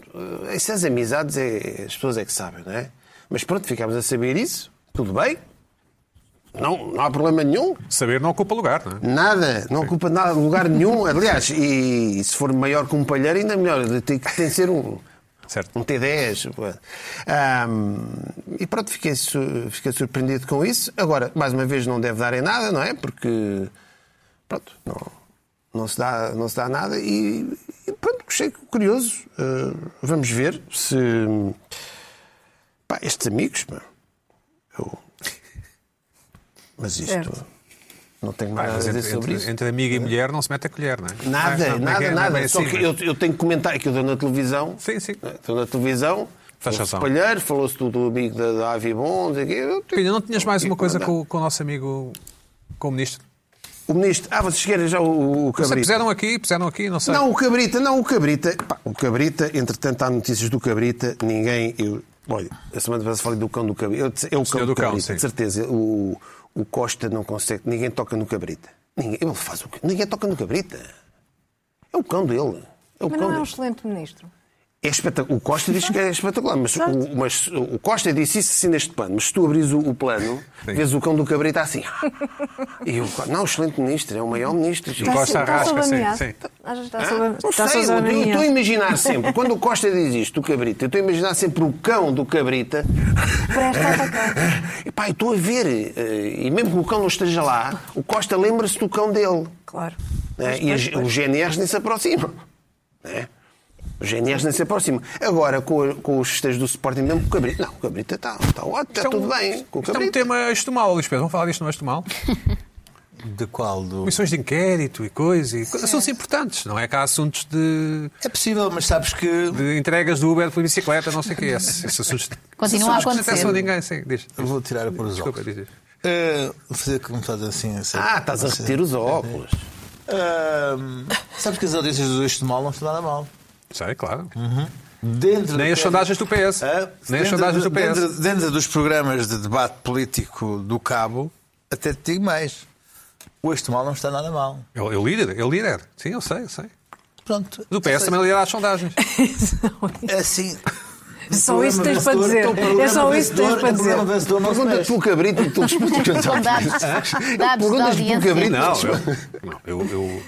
Speaker 2: eh, essas amizades é, as pessoas é que sabem, não é? Mas pronto, ficámos a saber isso, tudo bem. Não, não há problema nenhum.
Speaker 1: Saber não ocupa lugar, não é?
Speaker 2: Nada, não ocupa nada, lugar nenhum. Aliás, e, se for maior que um palheiro, ainda melhor. Tem, que- tem que ser um,
Speaker 1: Certo.
Speaker 2: um T10. pô. Ahm, e pronto, fiquei, su- fiquei surpreendido com isso. Agora, mais uma vez, não deve dar em nada, não é? Porque, pronto, não, não, se, dá, não se dá nada. E, e pronto, achei curioso. Ah, vamos ver se. Pá, estes amigos, pá, eu- Mas isto.
Speaker 4: Certo.
Speaker 2: Não tenho mais
Speaker 1: Pá,
Speaker 2: nada
Speaker 1: mas
Speaker 2: a dizer
Speaker 1: entre,
Speaker 2: é sobre isso.
Speaker 1: entre, entre amigo e mulher não se mete a colher, não é?
Speaker 2: Nada,
Speaker 1: Não, não, não é
Speaker 2: nada,
Speaker 1: que é- não é
Speaker 2: nada.
Speaker 1: bem
Speaker 2: Só
Speaker 1: assim,
Speaker 2: que
Speaker 1: mas-
Speaker 2: eu, eu tenho que comentar, é que eu dou na televisão.
Speaker 1: Sim, sim.
Speaker 2: Estou Então, na televisão.
Speaker 1: Faz
Speaker 2: falou-se
Speaker 1: razão.
Speaker 2: do Palheiro, falou-se do, do amigo da, da Avi Bond.
Speaker 1: Pina, não tinhas mais uma coisa com, o- com o nosso amigo comunista?
Speaker 2: O ministro. Ah, vocês querem já o, o
Speaker 1: Não sei,
Speaker 2: Cabrita?
Speaker 1: Puseram aqui, puseram aqui, não sei.
Speaker 2: Não, o Cabrita, não, o Cabrita. Pá, o Cabrita, entretanto, há notícias do Cabrita, ninguém. Eu, olha, a semana passada falei do cão do Cabrita. Eu, disse- é o cão
Speaker 1: senhor
Speaker 2: do,
Speaker 1: do cão,
Speaker 2: Cabrita,
Speaker 1: sim.
Speaker 2: de certeza. O, o Costa não consegue. Ninguém toca no Cabrita. Ninguém, ele faz o quê? Ninguém toca no Cabrita. É o cão dele. É o cão
Speaker 4: Mas não é um
Speaker 2: dele.
Speaker 4: excelente ministro.
Speaker 2: É espetacular. O Costa diz que é espetacular, mas o, mas o Costa disse isso assim neste plano. Mas se tu abris o, o plano,
Speaker 1: Sim.
Speaker 2: vês o cão do cabrita assim. E o, Co- não, excelente ministro, é o maior ministro.
Speaker 1: O Costa
Speaker 4: Está- está sob
Speaker 1: arrasca, sim,
Speaker 4: ameaça.
Speaker 1: sim.
Speaker 4: Está- Está
Speaker 2: Hã?
Speaker 4: sob
Speaker 2: Ah, Não
Speaker 4: está
Speaker 2: sei,
Speaker 4: sob
Speaker 2: eu- eu estou a
Speaker 4: ameaça.
Speaker 2: imaginar sempre, quando o Costa diz isto, o cabrita, eu estou a imaginar sempre o cão do cabrita.
Speaker 4: Presta a atacar.
Speaker 2: E pá, eu estou a ver, eh, e mesmo que o cão não esteja lá, o Costa lembra-se do cão dele.
Speaker 4: Claro.
Speaker 2: né? E
Speaker 4: Mas depois-
Speaker 2: as- os GNRs nem se aproximam. né? Os GNRs nem se aproximam. Agora, com, com os festejos do Sporting mesmo, o Cabrita... Não, o Cabrita está tá, ótimo, está
Speaker 1: Isto é um-
Speaker 2: tudo bem. Com o
Speaker 1: Isto é um
Speaker 2: Cabrita.
Speaker 1: tema estomal, Luís Pedro. Vamos falar disto no estomal?
Speaker 3: De qual? Do...
Speaker 1: Comissões de inquérito e coisa. E... coisas Assuntos importantes, não é? Que há assuntos de,
Speaker 3: É possível, mas sabes que
Speaker 1: de entregas do Uber pela bicicleta, não sei o quê. Esses, esses assuntos.
Speaker 5: Continua a
Speaker 1: esses assuntos que
Speaker 5: acontecer.
Speaker 1: Não interessam a ninguém, sim. Diz.
Speaker 3: Eu vou tirar a pôr os
Speaker 1: Desculpa,
Speaker 3: óculos.
Speaker 1: diz. diz.
Speaker 3: Eh, Vou fazer como estás assim. assim.
Speaker 2: Ah, estás a repetir os óculos.
Speaker 3: Ah, sabes que as audiências do Este Mal não estão nada mal.
Speaker 1: Sei, claro.
Speaker 3: Dentro
Speaker 1: Nem
Speaker 3: do
Speaker 1: as
Speaker 3: PS,
Speaker 1: sondagens do PS.
Speaker 3: Uhum. ah,
Speaker 1: Nem
Speaker 3: dentro
Speaker 1: as sondagens
Speaker 3: do-
Speaker 1: do PS.
Speaker 3: Dentro, dentro dos programas de debate político do Cabo, até te digo mais. O Este Mal não está nada mal.
Speaker 1: É o é o líder, é o líder. Sim, eu sei, eu sei.
Speaker 3: Pronto.
Speaker 1: Mas o PS também lidera as sondagens.
Speaker 3: É assim.
Speaker 4: É Só isso tens para dizer.
Speaker 3: um
Speaker 4: É só isso tens para dizer.
Speaker 2: Pergunta-te pelo Cabrita e tu respondes que eu
Speaker 5: São dados, dados de
Speaker 2: Perguntas do
Speaker 5: audiência.
Speaker 2: Gabriel.
Speaker 1: Não, eu, não, eu, eu-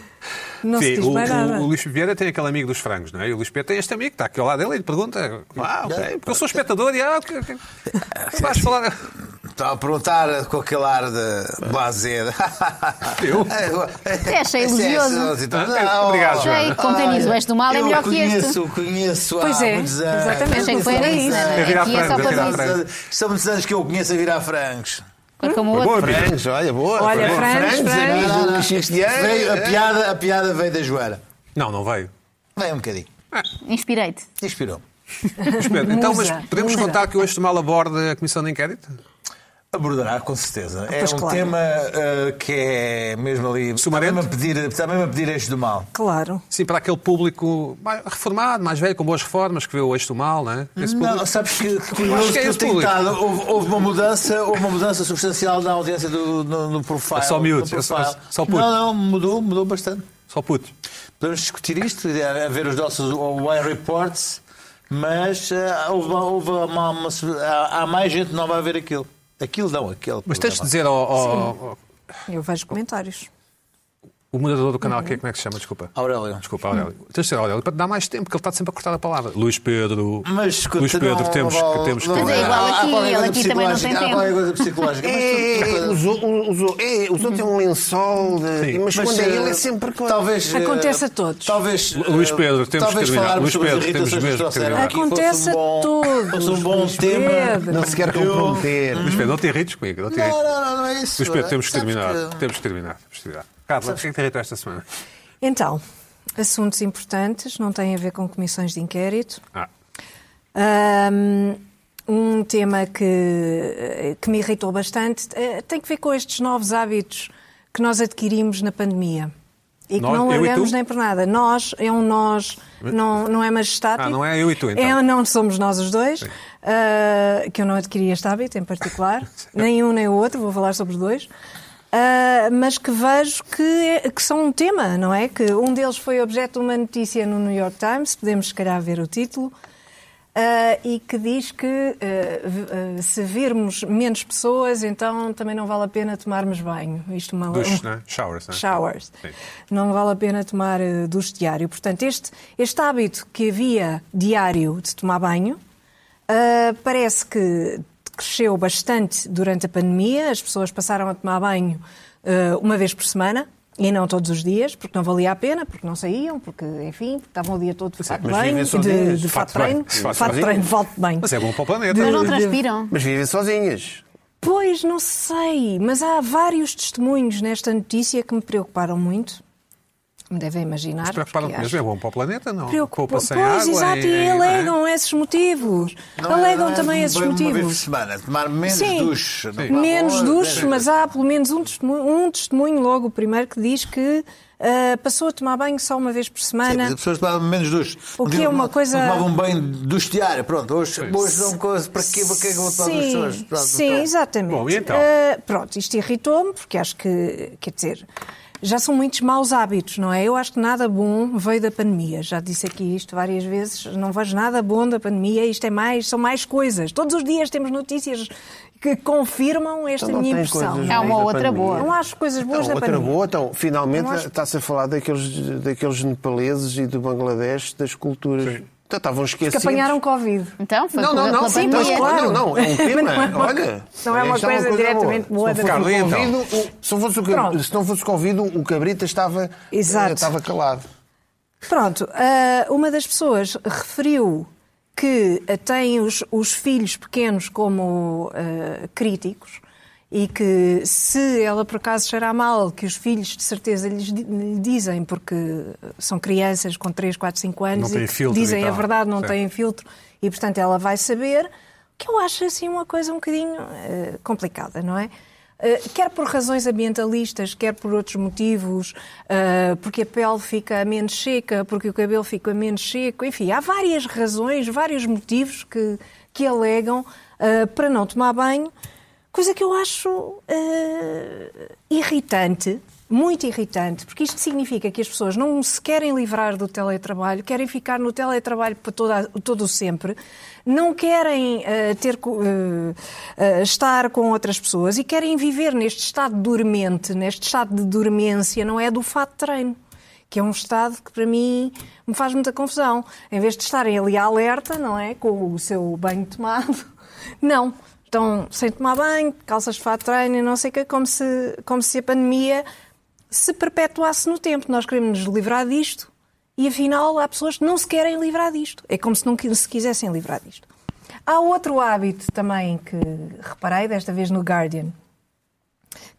Speaker 4: Não se
Speaker 1: Sim,
Speaker 4: diz
Speaker 1: o,
Speaker 4: mais
Speaker 1: o-
Speaker 4: nada.
Speaker 1: o Luís Vieira tem aquele amigo dos frangos, não é? E o Luís Pedro tem este amigo que está aqui ao lado dele e lhe pergunta.
Speaker 2: Ah, ok.
Speaker 1: Porque eu sou espectador e. Ah, o que- o que- vais falar.
Speaker 3: Estava a perguntar com aquele ar de blazer.
Speaker 1: Eu? Ah, é,
Speaker 3: Até
Speaker 5: achei
Speaker 3: é
Speaker 5: elogioso.
Speaker 1: Obrigado,
Speaker 5: Sei, contém-nisso. O Este do Mal é melhor que este.
Speaker 3: Eu conheço, conheço há
Speaker 4: Pois é,
Speaker 3: muitos anos.
Speaker 4: exatamente.
Speaker 5: Achei que foi
Speaker 4: É
Speaker 5: isso.
Speaker 4: isso.
Speaker 5: Ana.
Speaker 1: É virar
Speaker 5: Aqui é só
Speaker 1: frangos, é
Speaker 5: para
Speaker 1: virar
Speaker 5: isso.
Speaker 1: frangos.
Speaker 3: São muitos anos que eu conheço a virar francos.
Speaker 5: Agora como o outro.
Speaker 1: Boa, Pedro.
Speaker 2: Frangos, olha, boa.
Speaker 4: Olha, frangos, frangos.
Speaker 2: amigos do Cristiano.
Speaker 3: Veio, a, piada, a piada veio da Joana.
Speaker 1: Não, não veio.
Speaker 3: Veio um bocadinho.
Speaker 5: Inspirei-te.
Speaker 3: Inspirou.
Speaker 1: Luís Pedro, então, mas
Speaker 4: Musa,
Speaker 1: podemos
Speaker 4: musa.
Speaker 1: contar que hoje mal aborda a comissão de inquérito?
Speaker 3: Abordará, com certeza. é um
Speaker 4: pois claro.
Speaker 3: tema ah, que é mesmo ali.
Speaker 1: Sumarento?
Speaker 3: Está mesmo a pedir, está mesmo a pedir este do mal.
Speaker 4: Claro.
Speaker 1: Sim, para aquele público mais reformado, mais velho, com boas reformas, que vê o eixo do mal, não é?
Speaker 4: Hum.
Speaker 1: Esse
Speaker 3: Não,
Speaker 1: público.
Speaker 3: sabes que curioso
Speaker 1: que
Speaker 3: que,
Speaker 1: é
Speaker 3: eu
Speaker 1: esse
Speaker 3: tenho
Speaker 1: público.
Speaker 3: estado. Houve, houve uma mudança, houve uma mudança substancial na audiência do, no, no profile.
Speaker 1: É só miúdos,
Speaker 3: no
Speaker 1: é só-
Speaker 3: profile.
Speaker 1: é só putos.
Speaker 3: não, não, mudou, mudou bastante.
Speaker 1: Só putos.
Speaker 3: Podemos discutir isto, e a a ver os nossos Wire Reports, mas ah, houve, houve uma- uma sub- há, há mais gente nova a ver aquilo. Aquilo não, aquele.
Speaker 1: Mas tens de
Speaker 3: programa.
Speaker 1: dizer ao, ao- ao-
Speaker 4: Eu vejo comentários.
Speaker 1: o moderador do canal aqui, como é que se chama? Desculpa.
Speaker 3: Aurélio.
Speaker 1: Desculpa, Aurélio. Tens de ser Aurélio para te dar mais tempo, porque ele está sempre a cortar a palavra. Luís Pedro.
Speaker 3: Mas escuta,
Speaker 1: Luís Pedro,
Speaker 3: não
Speaker 1: temos que.
Speaker 3: vale-
Speaker 1: Temos que-
Speaker 3: não
Speaker 5: Mas é igual
Speaker 3: vale. Há- há
Speaker 5: aqui,
Speaker 3: qualquer
Speaker 5: ele
Speaker 3: coisa
Speaker 5: aqui também não tem
Speaker 3: psicológica, Há
Speaker 5: tempo.
Speaker 3: qualquer coisa psicológica. mas tu-
Speaker 2: É, é, é, os, os, os, é, os outros é um lençol, de,
Speaker 1: Sim.
Speaker 2: mas,
Speaker 3: Mas,
Speaker 2: quando é
Speaker 3: eh,
Speaker 2: ele é sempre coisa.
Speaker 3: talvez, eh,
Speaker 4: Acontece a todos.
Speaker 3: Talvez, eh,
Speaker 1: Lu- Luís Pedro, temos
Speaker 3: talvez
Speaker 1: que terminar.
Speaker 3: falarmos
Speaker 1: Luís
Speaker 3: sobre as
Speaker 1: Pedro, temos
Speaker 3: irritações
Speaker 1: mesmo que
Speaker 3: que trouxeram
Speaker 1: terminar.
Speaker 3: aqui fosse um
Speaker 4: Acontece a
Speaker 3: bom-
Speaker 4: todos,
Speaker 3: Fosse um bom
Speaker 4: Luís
Speaker 3: tema.
Speaker 4: Pedro.
Speaker 2: Não se quer
Speaker 3: um
Speaker 2: comprometer.
Speaker 1: Luís Pedro, não te irrites comigo. Não, te
Speaker 3: Não,
Speaker 1: irrites.
Speaker 3: não, não, não é isso.
Speaker 1: Luís Pedro, temos que
Speaker 3: Sabes
Speaker 1: terminar.
Speaker 3: que-
Speaker 1: Temos que terminar. Temos que terminar. Carla, o que é que te irritou esta semana?
Speaker 4: Então, assuntos importantes, não têm a ver com comissões de inquérito.
Speaker 1: Ah,
Speaker 4: Ahm, Um tema que, que me irritou bastante eh, tem que ver com estes novos hábitos que nós adquirimos na pandemia. E que
Speaker 1: Nós,
Speaker 4: não
Speaker 1: eu e tu?
Speaker 4: largamos nem por nada. Nós é um nós, não, não é majestático.
Speaker 1: Ah, não é eu e tu, então.
Speaker 4: É, não somos nós os dois, ah, que eu não adquiri este hábito em particular, nem um nem o outro, vou falar sobre os dois, Ah, mas que vejo que, é- que são um tema, não é? Que um deles foi objeto de uma notícia no New York Times, podemos se calhar ver o título, ah, e que diz que ah, v- ah, se virmos menos pessoas, então também não vale a pena tomarmos banho. Isto uma, um
Speaker 1: duches, não é? Showers, não é?
Speaker 4: showers.
Speaker 1: Sim.
Speaker 4: Não vale a pena tomar eh, duche diário. Portanto, este, este hábito que havia diário de tomar banho ah, parece que cresceu bastante durante a pandemia. As pessoas passaram a tomar banho ah, uma vez por semana. E não todos os dias, porque não valia a pena, porque não saíam, porque, enfim, porque estavam o dia todo de fato de
Speaker 2: mas
Speaker 4: banho,
Speaker 2: vivem
Speaker 4: de,
Speaker 2: sozinhas.
Speaker 4: de fato de
Speaker 1: Fato de
Speaker 4: treino,
Speaker 1: banho.
Speaker 4: de
Speaker 1: Fato de
Speaker 4: fato de
Speaker 1: banho.
Speaker 4: treino, volta de banho.
Speaker 1: Mas é bom para o planeta.
Speaker 5: Mas não transpiram.
Speaker 2: Mas vivem sozinhas.
Speaker 4: Pois, não sei, mas há vários testemunhos nesta notícia que me preocuparam muito. Me devem imaginar.
Speaker 1: Mas preocuparam-te
Speaker 4: porque
Speaker 1: mesmo, é
Speaker 4: acho-
Speaker 1: bom para o planeta, não?
Speaker 4: Preocupa-
Speaker 1: Poupa-se em
Speaker 4: Pois,
Speaker 1: água,
Speaker 4: exato,
Speaker 1: em-
Speaker 4: e
Speaker 1: em- não é?
Speaker 4: alegam esses motivos.
Speaker 3: Não é-
Speaker 4: alegam
Speaker 3: não é
Speaker 4: também esses
Speaker 3: bem Uma vez por
Speaker 4: motivos.
Speaker 3: semana, tomar menos
Speaker 4: Sim.
Speaker 3: duche.
Speaker 1: Sim.
Speaker 4: Menos duche,
Speaker 3: duches
Speaker 4: mas há pelo menos um testemunho, um testemunho logo, o primeiro, que diz que ah, passou a tomar banho só uma vez por
Speaker 3: Sim,
Speaker 4: semana.
Speaker 3: mas as pessoas tomavam menos duche.
Speaker 4: O que é uma coisa-
Speaker 3: Tomavam um banho duche diário. Pronto, hoje, hoje não coisa. Para quê? Para quê que eu vou tomar duche hoje? Pronto,
Speaker 4: sim,
Speaker 3: então.
Speaker 4: exatamente.
Speaker 1: Bom, e então?
Speaker 4: Ah, pronto, isto irritou-me, porque acho que, quer dizer, já são muitos maus hábitos, não é? Eu acho que nada bom veio da pandemia. Já disse aqui isto várias vezes, não vejo nada bom da pandemia, isto é mais, são mais coisas. Todos os dias temos notícias que confirmam esta
Speaker 2: Então não
Speaker 4: minha
Speaker 2: tem
Speaker 4: impressão. É
Speaker 2: coisas
Speaker 5: Há uma
Speaker 2: boas da
Speaker 5: outra boa.
Speaker 2: pandemia.
Speaker 4: Não acho coisas boas
Speaker 2: Então,
Speaker 4: da
Speaker 2: outra
Speaker 4: pandemia.
Speaker 2: boa, então, finalmente
Speaker 4: Não acho-
Speaker 2: está-se a falar daqueles, daqueles nepaleses e do Bangladesh, das culturas. Então, estavam
Speaker 4: Que
Speaker 2: esquecidos.
Speaker 4: apanharam Covid.
Speaker 5: Então, foi
Speaker 2: Não, não,
Speaker 5: pela-
Speaker 2: não,
Speaker 5: pela
Speaker 2: sim, mas
Speaker 5: pandemia.
Speaker 2: claro, não, é um tema.
Speaker 4: Não é uma-
Speaker 2: Olha, então
Speaker 4: não é uma
Speaker 2: isto
Speaker 4: coisa diretamente
Speaker 2: Se
Speaker 4: boa da-
Speaker 2: não fosse o
Speaker 1: Carla, e
Speaker 2: Covid, o- se não fosse o Covid-
Speaker 4: Pronto.
Speaker 2: se não fosse o Covid, o Cabrita estava, eh,
Speaker 4: Exato.
Speaker 2: estava calado.
Speaker 4: Pronto, ah, uma das pessoas referiu que ah, tem os, os filhos pequenos como ah, críticos e que se ela por acaso cheirar mal, que os filhos de certeza lhes di- lhe dizem, porque eh, são crianças com 3, 4, 5
Speaker 1: Não
Speaker 4: anos
Speaker 1: têm
Speaker 4: e que
Speaker 1: filtro e
Speaker 4: dizem a
Speaker 1: tal.
Speaker 4: verdade, não
Speaker 1: Sim.
Speaker 4: têm filtro, e portanto ela vai saber, que eu acho assim uma coisa um bocadinho eh, complicada, não é? Eh, quer por razões ambientalistas, quer por outros motivos, eh, porque a pele fica menos seca, porque o cabelo fica menos seco, enfim, há várias razões, vários motivos que, que alegam eh, para não tomar banho, coisa que eu acho eh, irritante, muito irritante, porque isto significa que as pessoas não se querem livrar do teletrabalho, querem ficar no teletrabalho para toda, todo o sempre, não querem eh, ter, co- eh, eh, estar com outras pessoas e querem viver neste estado dormente, neste estado de dormência, não é do fato de treino. Que é um estado que para mim me faz muita confusão. Em vez de estarem ali alerta, não é? Com o seu banho tomado, não estão sem tomar banho, calças de fato de treino e não sei o quê, como se, como se a pandemia se perpetuasse no tempo. Nós queremos nos livrar disto e, afinal, há pessoas que não se querem livrar disto. É como se não qui- se quisessem livrar disto. Há outro hábito também que reparei, desta vez no Guardian,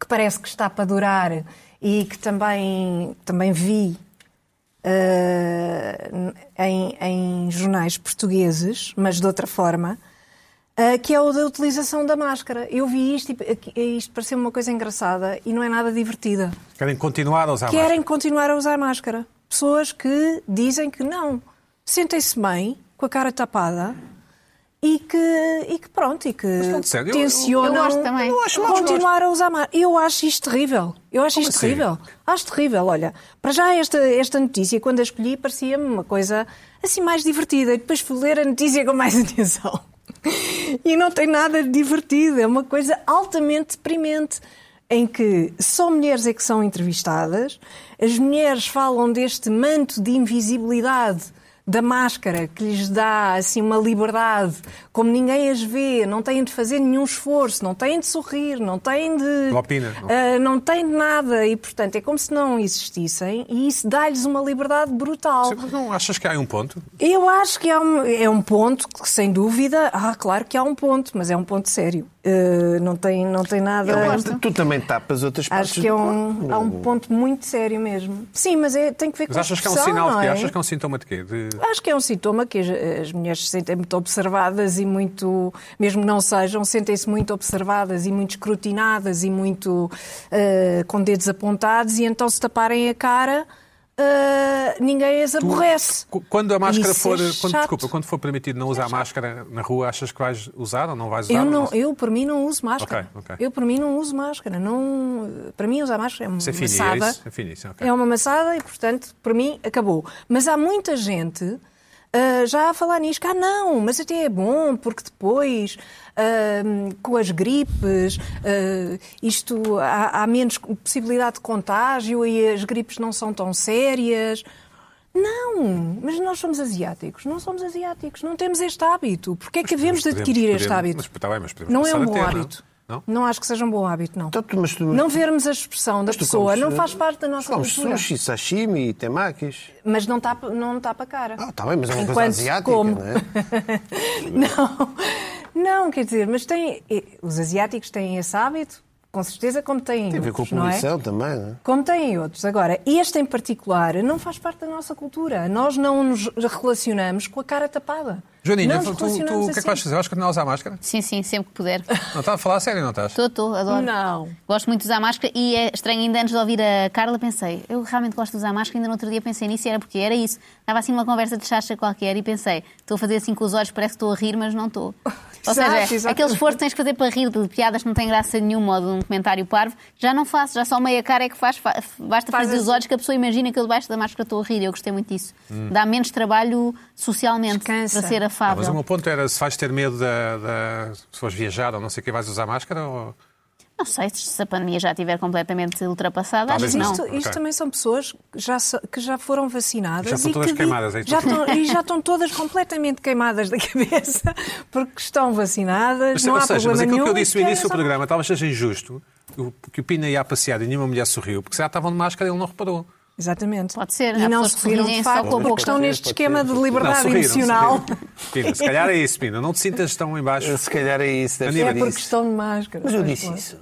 Speaker 4: que parece que está para durar e que também, também vi eh, em, em jornais portugueses, mas de outra forma, eh, que é o da utilização da máscara. Eu vi isto e isto pareceu uma coisa engraçada e não é nada divertida.
Speaker 1: Querem continuar a usar
Speaker 4: Querem continuar a usar máscara. Pessoas que dizem que não. Sentem-se bem, com a cara tapada. E que, e que pronto, e que
Speaker 1: falando sério, eu- eu-
Speaker 4: tensionam
Speaker 5: eu gosto também. Eu
Speaker 1: acho mal,
Speaker 4: continuar a usar máscara. Eu acho isto terrível. Eu acho
Speaker 1: Como
Speaker 4: isto
Speaker 1: assim?
Speaker 4: terrível. Acho terrível, olha. Para já esta, esta notícia, quando a escolhi, parecia-me uma coisa assim mais divertida. E depois fui ler a notícia com mais atenção. E não tem nada de divertido. É uma coisa altamente deprimente. Em que só mulheres é que são entrevistadas, as mulheres falam deste manto de invisibilidade da máscara que lhes dá assim uma liberdade, como ninguém as vê, não têm de fazer nenhum esforço, não têm de sorrir, não têm de
Speaker 1: Não opina, não.
Speaker 4: ah, não têm de nada e portanto é como se não existissem e isso dá-lhes uma liberdade brutal.
Speaker 1: Sim, mas não achas que há aí um ponto?
Speaker 4: Eu acho que é um, é um ponto que, sem dúvida, ah, claro que há um ponto, mas é um ponto sério. eh, não tem, não tem nada.
Speaker 5: Eu gosto.
Speaker 2: Tu, tu também tapas outras partes.
Speaker 4: Acho que é um, há um ponto muito sério mesmo. Sim, mas é, tem que ver com
Speaker 1: Mas
Speaker 4: a
Speaker 1: achas que é um
Speaker 4: expressão,
Speaker 1: sinal de
Speaker 4: não
Speaker 1: quê?
Speaker 4: é?
Speaker 1: Achas que é um sintoma de quê? De...
Speaker 4: Acho que é um sintoma que as, as mulheres se sentem muito observadas e muito, mesmo que não sejam, sentem-se muito observadas e muito escrutinadas e muito eh, com dedos apontados e então se taparem a cara eh, ninguém as aborrece.
Speaker 1: Qu- Quando a máscara
Speaker 4: Isso é
Speaker 1: for. quando,
Speaker 4: chato. É
Speaker 1: desculpa, quando for permitido não usar máscara na rua, achas que vais usar ou não vais usar?
Speaker 4: Eu,
Speaker 1: Ou
Speaker 4: não, eu, por mim, não uso máscara.
Speaker 1: Ok, ok.
Speaker 4: Eu, por mim, não uso máscara. Não, para mim, usar máscara é uma
Speaker 1: Isso é fininho, é
Speaker 4: maçada.
Speaker 1: isso? É fininho, isso, ok.
Speaker 4: É uma maçada e, portanto, para mim, acabou. Mas há muita gente ah, já a falar nisto. que, Ah, não, mas até é bom, porque depois, ah, com as gripes, ah, isto há, há menos possibilidade de contágio e as gripes não são tão sérias. Não, mas nós somos asiáticos, não somos asiáticos, não temos este hábito. Porquê é que devemos de
Speaker 1: Podemos-
Speaker 4: adquirir este
Speaker 1: podemos-
Speaker 4: hábito?
Speaker 1: Mas, tá bem, mas podemos
Speaker 4: Não é
Speaker 1: passar a
Speaker 4: um bom
Speaker 1: ter, não?
Speaker 4: hábito.
Speaker 1: Não?
Speaker 4: acho que seja um bom hábito, não.
Speaker 2: Então, tu- mas tu-
Speaker 4: Não vermos a expressão da
Speaker 2: tu
Speaker 4: pessoa
Speaker 2: comes,
Speaker 4: não
Speaker 2: eh,
Speaker 4: faz parte da nossa
Speaker 2: Comes
Speaker 4: cultura.
Speaker 2: sushi, sashimi e temakis.
Speaker 4: Mas não tapa, não tapa a cara.
Speaker 2: Ah, está bem, mas é uma coisa
Speaker 4: Enquanto se
Speaker 2: asiática,
Speaker 4: come.
Speaker 2: não é?
Speaker 4: Não, não, quer dizer, mas tem, eh, os asiáticos têm esse hábito, com certeza, como têm
Speaker 2: Tem a ver com a
Speaker 4: outros, não é?
Speaker 2: poluição também, não é?
Speaker 4: Como têm outros. Agora, este em particular não faz parte da nossa cultura. Nós não nos relacionamos com a cara tapada.
Speaker 1: Joaninha,
Speaker 4: não
Speaker 1: tu, tu-
Speaker 4: nos
Speaker 1: tu- o
Speaker 4: relacionamos
Speaker 1: que é que
Speaker 4: assim.
Speaker 1: vais fazer? Vais continuar a usar máscara?
Speaker 5: Sim, sim, sempre que puder.
Speaker 1: Não estás a falar a sério, não estás?
Speaker 5: Estou, estou, adoro.
Speaker 4: Não.
Speaker 5: Gosto muito de usar máscara e é estranho, ainda antes de ouvir a Carla, pensei, eu realmente gosto de usar máscara, ainda no outro dia pensei nisso e era porque era isso. Estava assim uma conversa de chacha qualquer e pensei, estou a fazer assim com os olhos, parece que estou a rir, mas não estou. Ou seja,
Speaker 4: Exato, exato.
Speaker 5: aquele esforço que tens que fazer para rir de piadas que não têm graça nenhuma ou de um comentário parvo, já não faço, já só meia cara é que faz, fa- basta
Speaker 4: Faz
Speaker 5: fazer os
Speaker 4: assim.
Speaker 5: olhos que a pessoa imagina que eu debaixo da máscara estou a rir, eu gostei muito disso. Dá menos trabalho socialmente
Speaker 4: Descansa.
Speaker 5: para
Speaker 1: Ah,
Speaker 5: ser
Speaker 1: mas o
Speaker 5: afável.
Speaker 1: meu ponto era se vais ter medo da, da- se fores viajar ou não sei o que, vais usar máscara ou.
Speaker 5: Não sei se a pandemia já estiver completamente ultrapassada, acho
Speaker 1: Talvez
Speaker 5: que não.
Speaker 4: Isto, isto
Speaker 1: Ok.
Speaker 4: também são pessoas que já, so- que já foram vacinadas.
Speaker 1: Já estão
Speaker 4: e
Speaker 1: todas
Speaker 4: que,
Speaker 1: queimadas, é isso?
Speaker 4: já estão, E já estão todas completamente queimadas da cabeça porque estão vacinadas.
Speaker 1: Mas,
Speaker 4: não
Speaker 1: ou
Speaker 4: há
Speaker 1: seja,
Speaker 4: problema
Speaker 1: mas aquilo
Speaker 4: nenhum.
Speaker 1: que eu disse no
Speaker 4: e é
Speaker 1: início do
Speaker 4: querem
Speaker 1: programa, talvez seja injusto, o- que o Pina ia a passear e nenhuma mulher sorriu, porque se já estavam de máscara ele não reparou.
Speaker 4: só- Exatamente.
Speaker 5: Pode ser,
Speaker 4: E
Speaker 5: há
Speaker 4: não
Speaker 5: pessoas
Speaker 4: se
Speaker 5: que
Speaker 4: riram de
Speaker 5: sorriem só
Speaker 4: facto
Speaker 5: com a
Speaker 4: porque
Speaker 5: boca.
Speaker 4: estão neste esquema de
Speaker 1: Não,
Speaker 4: liberdade
Speaker 1: sorriram,
Speaker 4: emocional.
Speaker 1: sorriram. Pina, se calhar é isso, Pina, não te sintas tão em baixo.
Speaker 2: Se calhar é isso, deve
Speaker 1: Aníbal.
Speaker 4: É
Speaker 2: ser
Speaker 4: porque
Speaker 2: isso.
Speaker 4: estão de máscara.
Speaker 2: Mas eu
Speaker 4: pois,
Speaker 2: disse
Speaker 4: pois.
Speaker 2: isso.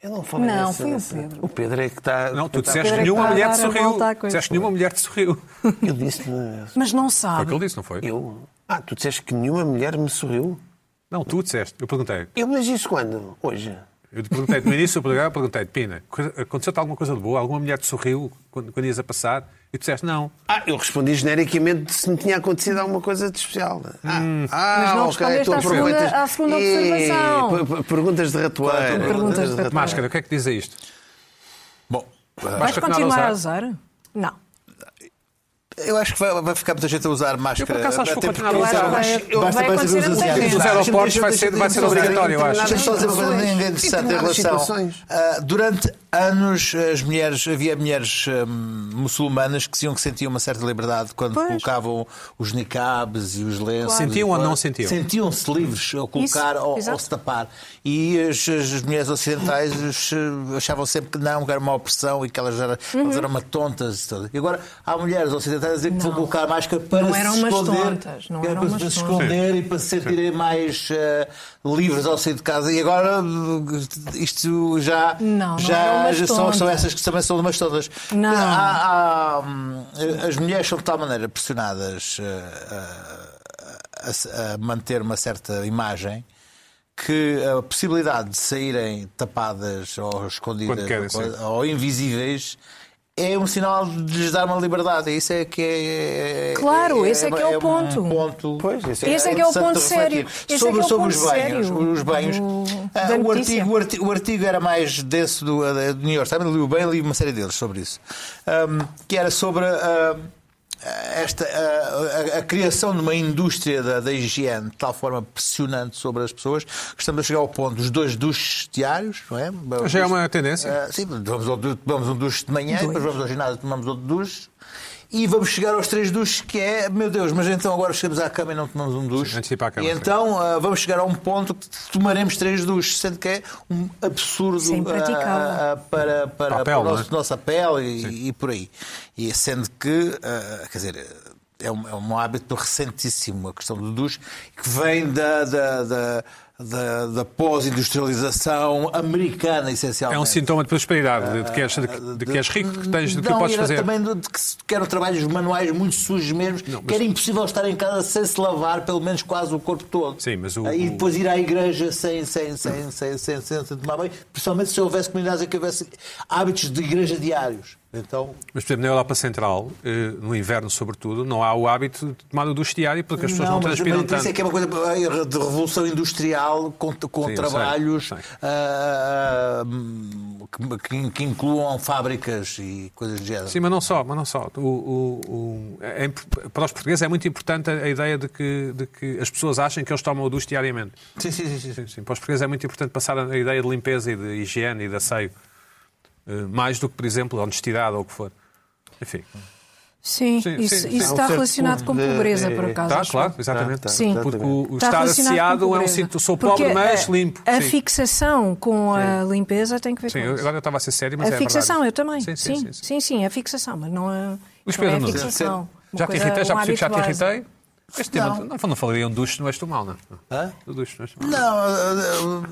Speaker 2: Eu não falei
Speaker 4: Não,
Speaker 2: nessa-
Speaker 4: foi o
Speaker 2: nessa-
Speaker 4: Pedro.
Speaker 2: O Pedro é que está.
Speaker 1: Não, tu
Speaker 2: está-
Speaker 1: disseste
Speaker 4: Pedro é que
Speaker 1: nenhuma
Speaker 4: está a
Speaker 1: mulher te
Speaker 4: dar a
Speaker 1: sorriu.
Speaker 4: volta à coisa.
Speaker 1: Disseste nenhuma mulher te sorriu. Foi
Speaker 2: Eu disse. não é?
Speaker 4: Mas não
Speaker 1: o que
Speaker 4: sabe.
Speaker 1: ele disse, não foi?
Speaker 2: Eu. Ah, tu disseste que nenhuma mulher me sorriu.
Speaker 1: Não, tu disseste. Eu perguntei.
Speaker 2: Eu, mas isso quando? Hoje.
Speaker 1: Eu te perguntei no início do programa, perguntei Pina, coisa- aconteceu-te alguma coisa de boa? Alguma mulher te sorriu quando, quando ias a passar? E tu disseste não.
Speaker 2: Ah, eu respondi genericamente se me tinha acontecido alguma coisa de especial. Ah, ah
Speaker 4: Hum. Mas não respondeste
Speaker 2: tu
Speaker 4: à segunda-
Speaker 2: aproveitas-
Speaker 4: à segunda observação.
Speaker 2: Ih, per- per- perguntas de ratoeiro.
Speaker 4: Perguntas de ratoeiro.
Speaker 1: Máscara, o que é que diz a isto?
Speaker 3: Bom,
Speaker 4: Vais
Speaker 1: continuar a
Speaker 4: continuar a
Speaker 1: usar?
Speaker 4: usar? Não.
Speaker 3: eu acho que vai, vai ficar muita gente a usar máscara.
Speaker 1: por acaso, acho que
Speaker 3: até
Speaker 1: vou
Speaker 3: porque
Speaker 1: continuar a
Speaker 3: eu-
Speaker 1: usar.
Speaker 3: basta-
Speaker 4: Vai- vai
Speaker 3: basta
Speaker 4: acontecer
Speaker 3: ver os
Speaker 4: muita
Speaker 3: asiáticos.
Speaker 4: gente.
Speaker 1: Nos aeroportos vai ser- vai ser obrigatório, eu acho.
Speaker 3: Deixa-me só dizer uma coisa
Speaker 2: Situações.
Speaker 3: bem interessante em
Speaker 2: Determinadas
Speaker 3: relação.
Speaker 2: situações.
Speaker 3: Ah, durante anos, as mulheres, havia mulheres hum, muçulmanas que diziam que sentiam uma certa liberdade quando
Speaker 4: Pois.
Speaker 3: colocavam os niqabs e os lenços.
Speaker 1: Sentiam ou não sentiam?
Speaker 3: Sentiam-se livres ao colocar
Speaker 4: Isso,
Speaker 3: ou, ou
Speaker 4: exato.
Speaker 3: se tapar. E as, as mulheres ocidentais os, eh, achavam sempre que não, que era uma opressão e que elas eram,
Speaker 4: Uhum.
Speaker 3: elas eram uma tontas. e tudo. E agora há mulheres ocidentais a dizer que vão colocar máscara para
Speaker 4: Não
Speaker 3: se
Speaker 4: eram umas
Speaker 3: esconder.
Speaker 4: tontas, não
Speaker 3: que era
Speaker 4: eram
Speaker 3: para
Speaker 4: umas
Speaker 3: se
Speaker 4: tontas.
Speaker 3: esconder e para se sentirem mais eh, livres ao sair de casa. E agora eh, isto já,
Speaker 4: Não, não eram
Speaker 3: já,
Speaker 4: umas
Speaker 3: já são, são
Speaker 4: tontas.
Speaker 3: essas que também são umas tontas.
Speaker 4: Não.
Speaker 3: Há- há, hum, as mulheres são de tal maneira pressionadas eh, a- a, a manter uma certa imagem que a possibilidade de saírem tapadas ou escondidas
Speaker 1: Quando querem,
Speaker 3: ou coisa- ou invisíveis é um sinal de lhes dar uma liberdade. Isso é que é.
Speaker 4: Claro, esse é que é o
Speaker 3: um
Speaker 4: ponto.
Speaker 3: ponto.
Speaker 2: Pois, esse é-
Speaker 4: Esse é que é o
Speaker 3: interessante
Speaker 4: ponto
Speaker 3: de refletir.
Speaker 4: sério. Esse é
Speaker 3: sobre
Speaker 4: que é o
Speaker 3: sobre
Speaker 4: ponto
Speaker 3: os banhos.
Speaker 4: sério
Speaker 3: Os banhos.
Speaker 4: do-
Speaker 3: Ah,
Speaker 4: da
Speaker 3: o,
Speaker 4: notícia.
Speaker 3: artigo, o, artigo, o artigo era mais denso do, eh, do New York Times. Eu Li o bem, li uma série deles sobre isso. Ahm, que era sobre. ah, esta, ah, a, a- a criação de uma indústria da, da higiene de tal forma pressionante sobre as pessoas que estamos a chegar ao ponto dos dois duches diários, não é?
Speaker 1: Já é uma tendência.
Speaker 3: Ah, sim, vamos, ao du- tomamos um duche de manhã, depois vamos ao ginásio, tomamos outro duche. E vamos chegar aos três duches, que é, meu Deus, mas então agora chegamos à cama e não tomamos um duche.
Speaker 1: Sim, antes de ir para a cama,
Speaker 3: e
Speaker 1: sim.
Speaker 3: então ah, vamos chegar a um ponto que tomaremos três duches, sendo que é um absurdo
Speaker 4: Isso é impraticável.
Speaker 3: ah, ah, para, para,
Speaker 1: Para a pele,
Speaker 3: para, o nosso,
Speaker 1: não é?
Speaker 3: nossa pele e, e por aí. E sendo que, ah, quer dizer, é um, é um hábito recentíssimo, a questão do duche, que vem da. da, da da, da pós-industrialização americana, essencialmente.
Speaker 1: É um sintoma de prosperidade, de que és, de, de que és rico, de que tens, de que
Speaker 3: Ah, Não,
Speaker 1: podes
Speaker 3: era
Speaker 1: fazer.
Speaker 3: também do- de que se- que eram trabalhos manuais muito sujos mesmo, que era impossível estar em casa sem se lavar pelo menos quase o corpo todo.
Speaker 1: Sim, mas o-
Speaker 3: E depois ir à igreja sem, sem, sem, sem, sem, sem, sem tomar banho, principalmente se houvesse comunidades em que houvesse hábitos de igreja diários. Então,
Speaker 1: Mas, por exemplo, na Europa Central, eh, no inverno sobretudo, não há o hábito de tomar o duche diário porque as pessoas não,
Speaker 3: mas
Speaker 1: transpiram
Speaker 3: também
Speaker 1: tanto.
Speaker 3: isso é que é uma coisa eh, de revolução industrial com, com
Speaker 1: Sim, eu
Speaker 3: trabalhos
Speaker 1: sei, sei.
Speaker 3: ah, hum, que, que- que incluam fábricas e coisas do género.
Speaker 1: Sim, mas não só, mas não só. O- o- o- é imp- para os portugueses é muito importante a, a ideia de que, de que as pessoas achem que eles tomam o duche diariamente.
Speaker 3: Sim, sim, sim, sim, sim.
Speaker 1: Sim, sim. Para os portugueses é muito importante passar a ideia de limpeza e de higiene e de asseio, eh, mais do que, por exemplo, honestidade ou o que for. Enfim,
Speaker 4: Sim,
Speaker 1: Sim,
Speaker 4: isso,
Speaker 1: sim, É
Speaker 4: isso
Speaker 1: sim.
Speaker 2: Há
Speaker 4: está
Speaker 2: um certo
Speaker 4: relacionado com
Speaker 2: ponto de-
Speaker 4: pobreza, por
Speaker 2: é,
Speaker 4: acaso.
Speaker 1: está
Speaker 4: acho
Speaker 1: Tá, claro,
Speaker 4: eu.
Speaker 1: exatamente.
Speaker 2: Tá, tá,
Speaker 4: Sim.
Speaker 1: Porque
Speaker 2: exatamente.
Speaker 1: o, o
Speaker 4: Está
Speaker 1: estar
Speaker 4: relacionado com
Speaker 1: asseado é um
Speaker 4: pobreza.
Speaker 1: sítio. Sou
Speaker 4: Porque
Speaker 1: pobre, mas
Speaker 4: a-
Speaker 1: limpo.
Speaker 4: A
Speaker 1: Sim.
Speaker 4: fixação com a limpeza tem que ver
Speaker 1: Sim,
Speaker 4: com
Speaker 1: eu-
Speaker 4: isso.
Speaker 1: agora eu estava a ser sério, mas
Speaker 4: A
Speaker 1: é
Speaker 4: fixação, eu
Speaker 1: verdade.
Speaker 4: também. Sim,
Speaker 1: Sim, sim, sim, sim.
Speaker 4: sim, a fixação, mas não é,
Speaker 1: Luís
Speaker 4: não é a
Speaker 1: Pedro Nunes.
Speaker 4: fixação. Uma
Speaker 1: Já te
Speaker 4: coisa-
Speaker 1: irritei, já
Speaker 4: um
Speaker 1: percebi que já te
Speaker 4: hábito básico.
Speaker 1: irritei. Este tema, não, não falaria um duche, não és tu mal, não.
Speaker 3: Hã?
Speaker 1: Do duche, não és tu mal.
Speaker 3: Não, ah, ah,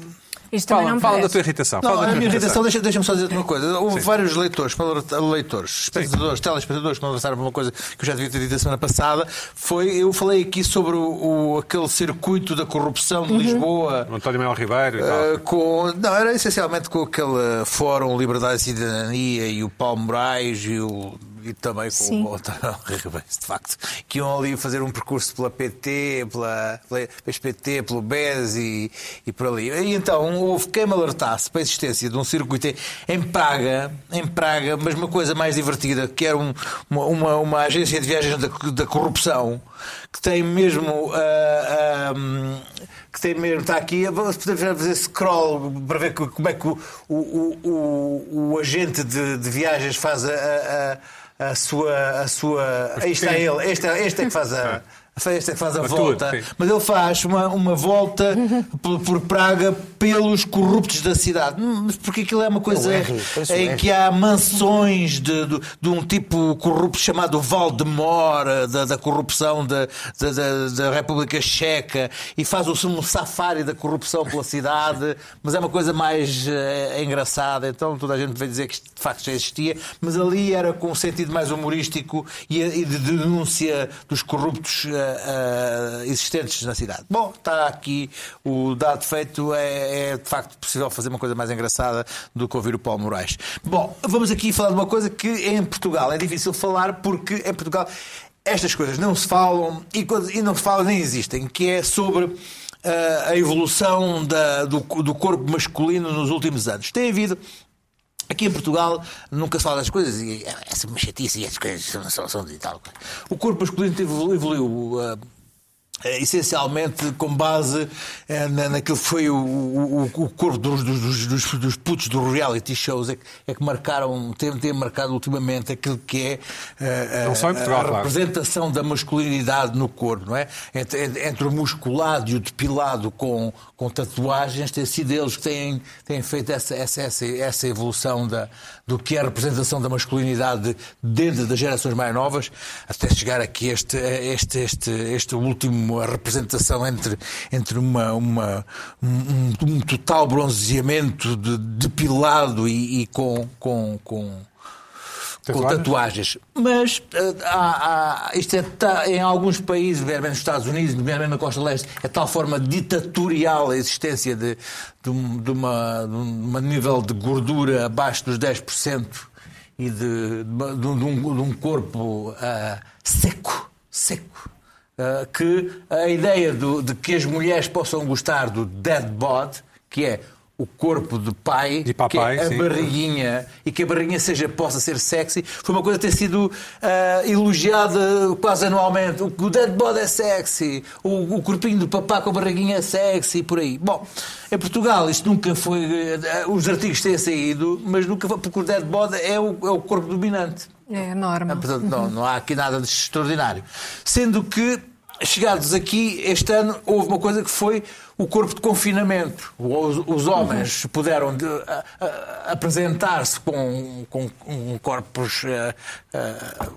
Speaker 4: Isso também
Speaker 1: Fala,
Speaker 4: não me
Speaker 1: fala da
Speaker 4: parece.
Speaker 1: tua irritação.
Speaker 3: Não,
Speaker 1: fala da
Speaker 3: a
Speaker 1: tua
Speaker 3: minha irritação, deixa- deixa-me só dizer uma coisa. Houve vários leitores, palor- leitores, espectadores, telespectadores que me lançaram uma coisa que eu já devia ter dito a semana passada. Foi, eu falei aqui sobre o, o- aquele circuito da corrupção de Lisboa.
Speaker 1: O António Manuel Ribeiro e tal.
Speaker 3: eh, com, não, era essencialmente com aquele Fórum Liberdade e Cidadania e o Paulo Moraes e, o, e também com
Speaker 4: Sim.
Speaker 3: o António Ribeiro, de facto, que iam ali fazer um percurso pela PT, pela, pela PT, pelo BES e, e por ali. E então houve quem me alertasse para a existência de um circuito em Praga, em Praga, mas uma coisa mais divertida, que era um- uma, uma, uma agência de viagens da, da corrupção, que tem mesmo. ah, ah, hum, que tem mesmo, está aqui, podemos fazer scroll para ver co- como é que o, o, o, o- o agente de, de viagens faz a- a- a a sua. A sua... Aí está ele, este, é- este é que faz a. Este é que faz a
Speaker 1: A
Speaker 3: volta,
Speaker 1: tour, sim.
Speaker 3: mas ele faz uma, uma volta por, por Praga pelos corruptos da cidade. Hum, mas Porque aquilo é uma coisa
Speaker 2: R, parece um
Speaker 3: em
Speaker 2: R.
Speaker 3: que há mansões de, de, de um tipo corrupto chamado Valdemor, eh, da, da corrupção da, da, da- da República Checa, e faz o um safari da corrupção pela cidade, mas é uma coisa mais eh, engraçada. Então toda a gente veio dizer que isto de facto já existia, mas ali era com um sentido mais humorístico e, e de denúncia dos corruptos eh, eh, existentes na cidade. Bom, está aqui o dado feito, é, é de facto possível fazer uma coisa mais engraçada do que ouvir o Paulo Moraes. Bom, vamos aqui falar de uma coisa que em Portugal é difícil falar porque em Portugal estas coisas não se falam e, quando- e não se falam nem existem, que é sobre ah, a evolução da- do, do corpo masculino nos últimos anos. Tem havido Aqui em Portugal nunca se fala das coisas e é é sempre uma chatice e as coisas são, são, são de tal. O corpo masculino evolu- evoluiu. ah, eh, essencialmente com base eh, na, naquilo que foi o, o, o- o corpo dos, dos, dos- dos, dos putos dos reality shows, é que, é que marcaram, tem, tem marcado ultimamente aquilo que é eh,
Speaker 1: Não
Speaker 3: eh,
Speaker 1: só em Portugal,
Speaker 3: a
Speaker 1: claro.
Speaker 3: representação da masculinidade no corpo, não é? Entre, entre- entre o musculado e o depilado com, com tatuagens, tem sido eles que têm, têm feito essa, essa, essa, essa evolução da, do que é a representação da masculinidade dentro das gerações mais novas, até chegar aqui a este, a este, este, este último, a representação entre, entre uma, uma, um, um total bronzeamento de, depilado e, e com- com, com com tatuagens. Mas eh, há- há- isto é ta- em alguns países, nomeadamente nos Estados Unidos, nomeadamente na Costa Leste, é tal forma ditatorial a existência de, de, um- de uma, de um nível de gordura abaixo dos 10% e de, de, uma- de um, de um corpo ah, seco, seco. Uh, que a ideia do- de que as mulheres possam gostar do dead body, que é o corpo de pai,
Speaker 1: De papai,
Speaker 3: que é a
Speaker 1: sim.
Speaker 3: barriguinha, e que a barriguinha seja, possa ser sexy, foi uma coisa que tem sido uh, elogiada quase anualmente. O, o dead body é sexy, o, o corpinho do papá com a barriguinha é sexy, e por aí. Bom, em Portugal isto nunca foi... uh, os artigos têm saído, mas nunca foi, porque o dead body é o- é o corpo dominante.
Speaker 4: É enorme.
Speaker 3: Ah, portanto, não, não há aqui nada de extraordinário. Sendo que, chegados aqui, este ano houve uma coisa que foi o corpo de confinamento. Os, os homens puderam de- a- eh, a- apresentar-se com, com, com corpos. ah, ah,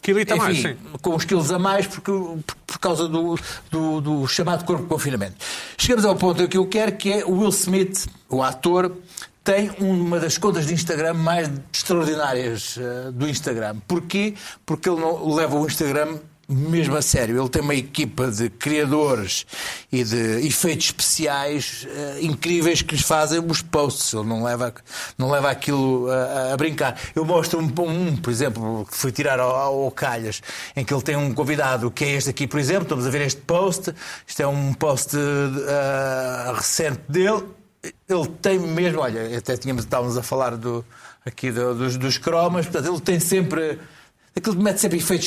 Speaker 1: Quilita
Speaker 3: Enfim,
Speaker 1: mais, sim.
Speaker 3: com os quilos a mais porque, por, por causa do, do, do chamado corpo de confinamento. Chegamos ao ponto que eu quero, que é o Will Smith, o ator, tem uma das contas de Instagram mais extraordinárias eh, do Instagram. Porquê? Porque ele não leva o Instagram mesmo a sério. Ele tem uma equipa de criadores e de efeitos especiais eh, incríveis que lhes fazem os posts. Ele não leva, não leva aquilo a, a- a brincar. Eu mostro um, um, por exemplo, que fui tirar ao, ao Calhas, em que ele tem um convidado, que é este aqui, por exemplo. Estamos a ver este post. Isto é um post eh, recente dele. Ele tem mesmo, olha, até tínhamos, estávamos a falar do, aqui do- dos, dos cromas, portanto, ele tem sempre. Aquilo que mete sempre efeitos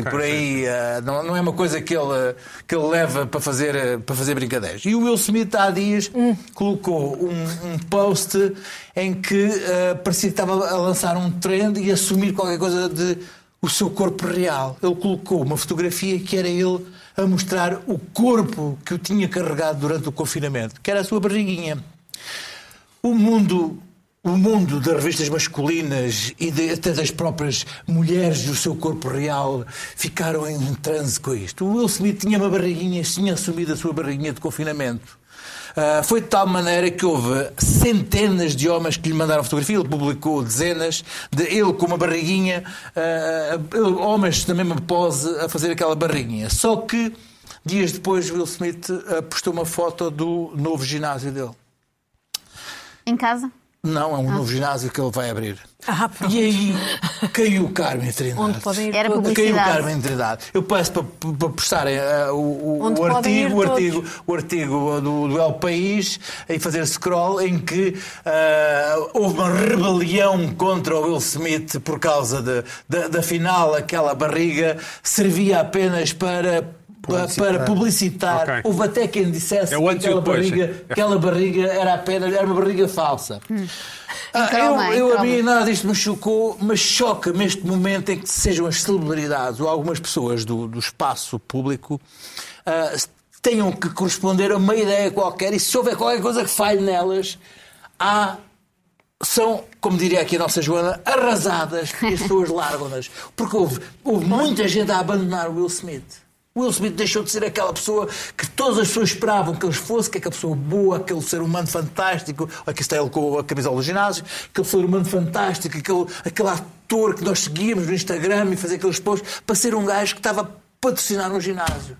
Speaker 1: Ok, ok,
Speaker 3: e por aí. ah, não, não é uma coisa que ele, que ele leva para fazer, ah, para fazer brincadeiras. E o Will Smith há dias colocou um, um post em que ah, parecia que estava a lançar um trend e assumir qualquer coisa de o seu corpo real. Ele colocou uma fotografia que era ele a mostrar o corpo que eu tinha carregado durante o confinamento, que era a sua barriguinha. O mundo, o mundo das revistas masculinas e de- até das próprias mulheres do seu corpo real ficaram em um transe com isto. O Will Smith tinha uma barriguinha, tinha assumido a sua barriguinha de confinamento. Ah, foi de tal maneira que houve centenas de homens que lhe mandaram fotografia, ele publicou dezenas, de ele com uma barriguinha, ah, ele- homens na mesma pose a fazer aquela barriguinha. Só que dias depois Will Smith ah, postou uma foto do novo ginásio dele.
Speaker 5: Em casa?
Speaker 3: Não, é um novo ginásio que ele vai abrir.
Speaker 4: Ah, pronto.
Speaker 3: E aí caiu o Carmen Trindade.
Speaker 4: Onde podem ir
Speaker 5: Era
Speaker 4: todos.
Speaker 5: publicidade.
Speaker 3: Caiu o Carmen Trindade. Eu peço para, para postarem ah, o, o-
Speaker 4: Onde
Speaker 3: o
Speaker 4: podem ir
Speaker 3: artigo, o
Speaker 4: todos.
Speaker 3: artigo, o artigo do, do El País e fazer scroll em que ah, houve uma rebelião contra o Will Smith por causa de, da- da final, aquela barriga servia apenas para. para- Para publicitar,
Speaker 1: Ok.
Speaker 3: houve até quem dissesse
Speaker 1: É o
Speaker 3: que
Speaker 1: antes e o
Speaker 3: aquela
Speaker 1: depois,
Speaker 3: barriga,
Speaker 1: sim.
Speaker 3: aquela barriga era apenas era uma barriga falsa.
Speaker 4: Hum.
Speaker 3: Ah,
Speaker 5: Trauma, hein?
Speaker 3: eu, eu a
Speaker 5: Trauma.
Speaker 3: mim nada disto me chocou, mas choca-me este momento em que sejam as celebridades ou algumas pessoas do, do espaço público ah, tenham que corresponder a uma ideia qualquer e se houver qualquer coisa que falhe nelas, há são, como diria aqui a nossa Joana, arrasadas e as pessoas largam-nas. Porque houve, houve muita gente a abandonar o Will Smith. O Will Smith deixou de ser aquela pessoa que todas as pessoas esperavam que ele fosse, que é aquela pessoa boa, aquele ser humano fantástico, aqui está ele com a camisola do ginásio, aquele ser humano fantástico, aquele, aquele ator que nós seguíamos no Instagram e fazia aqueles posts, para ser um gajo que estava a patrocinar um ginásio.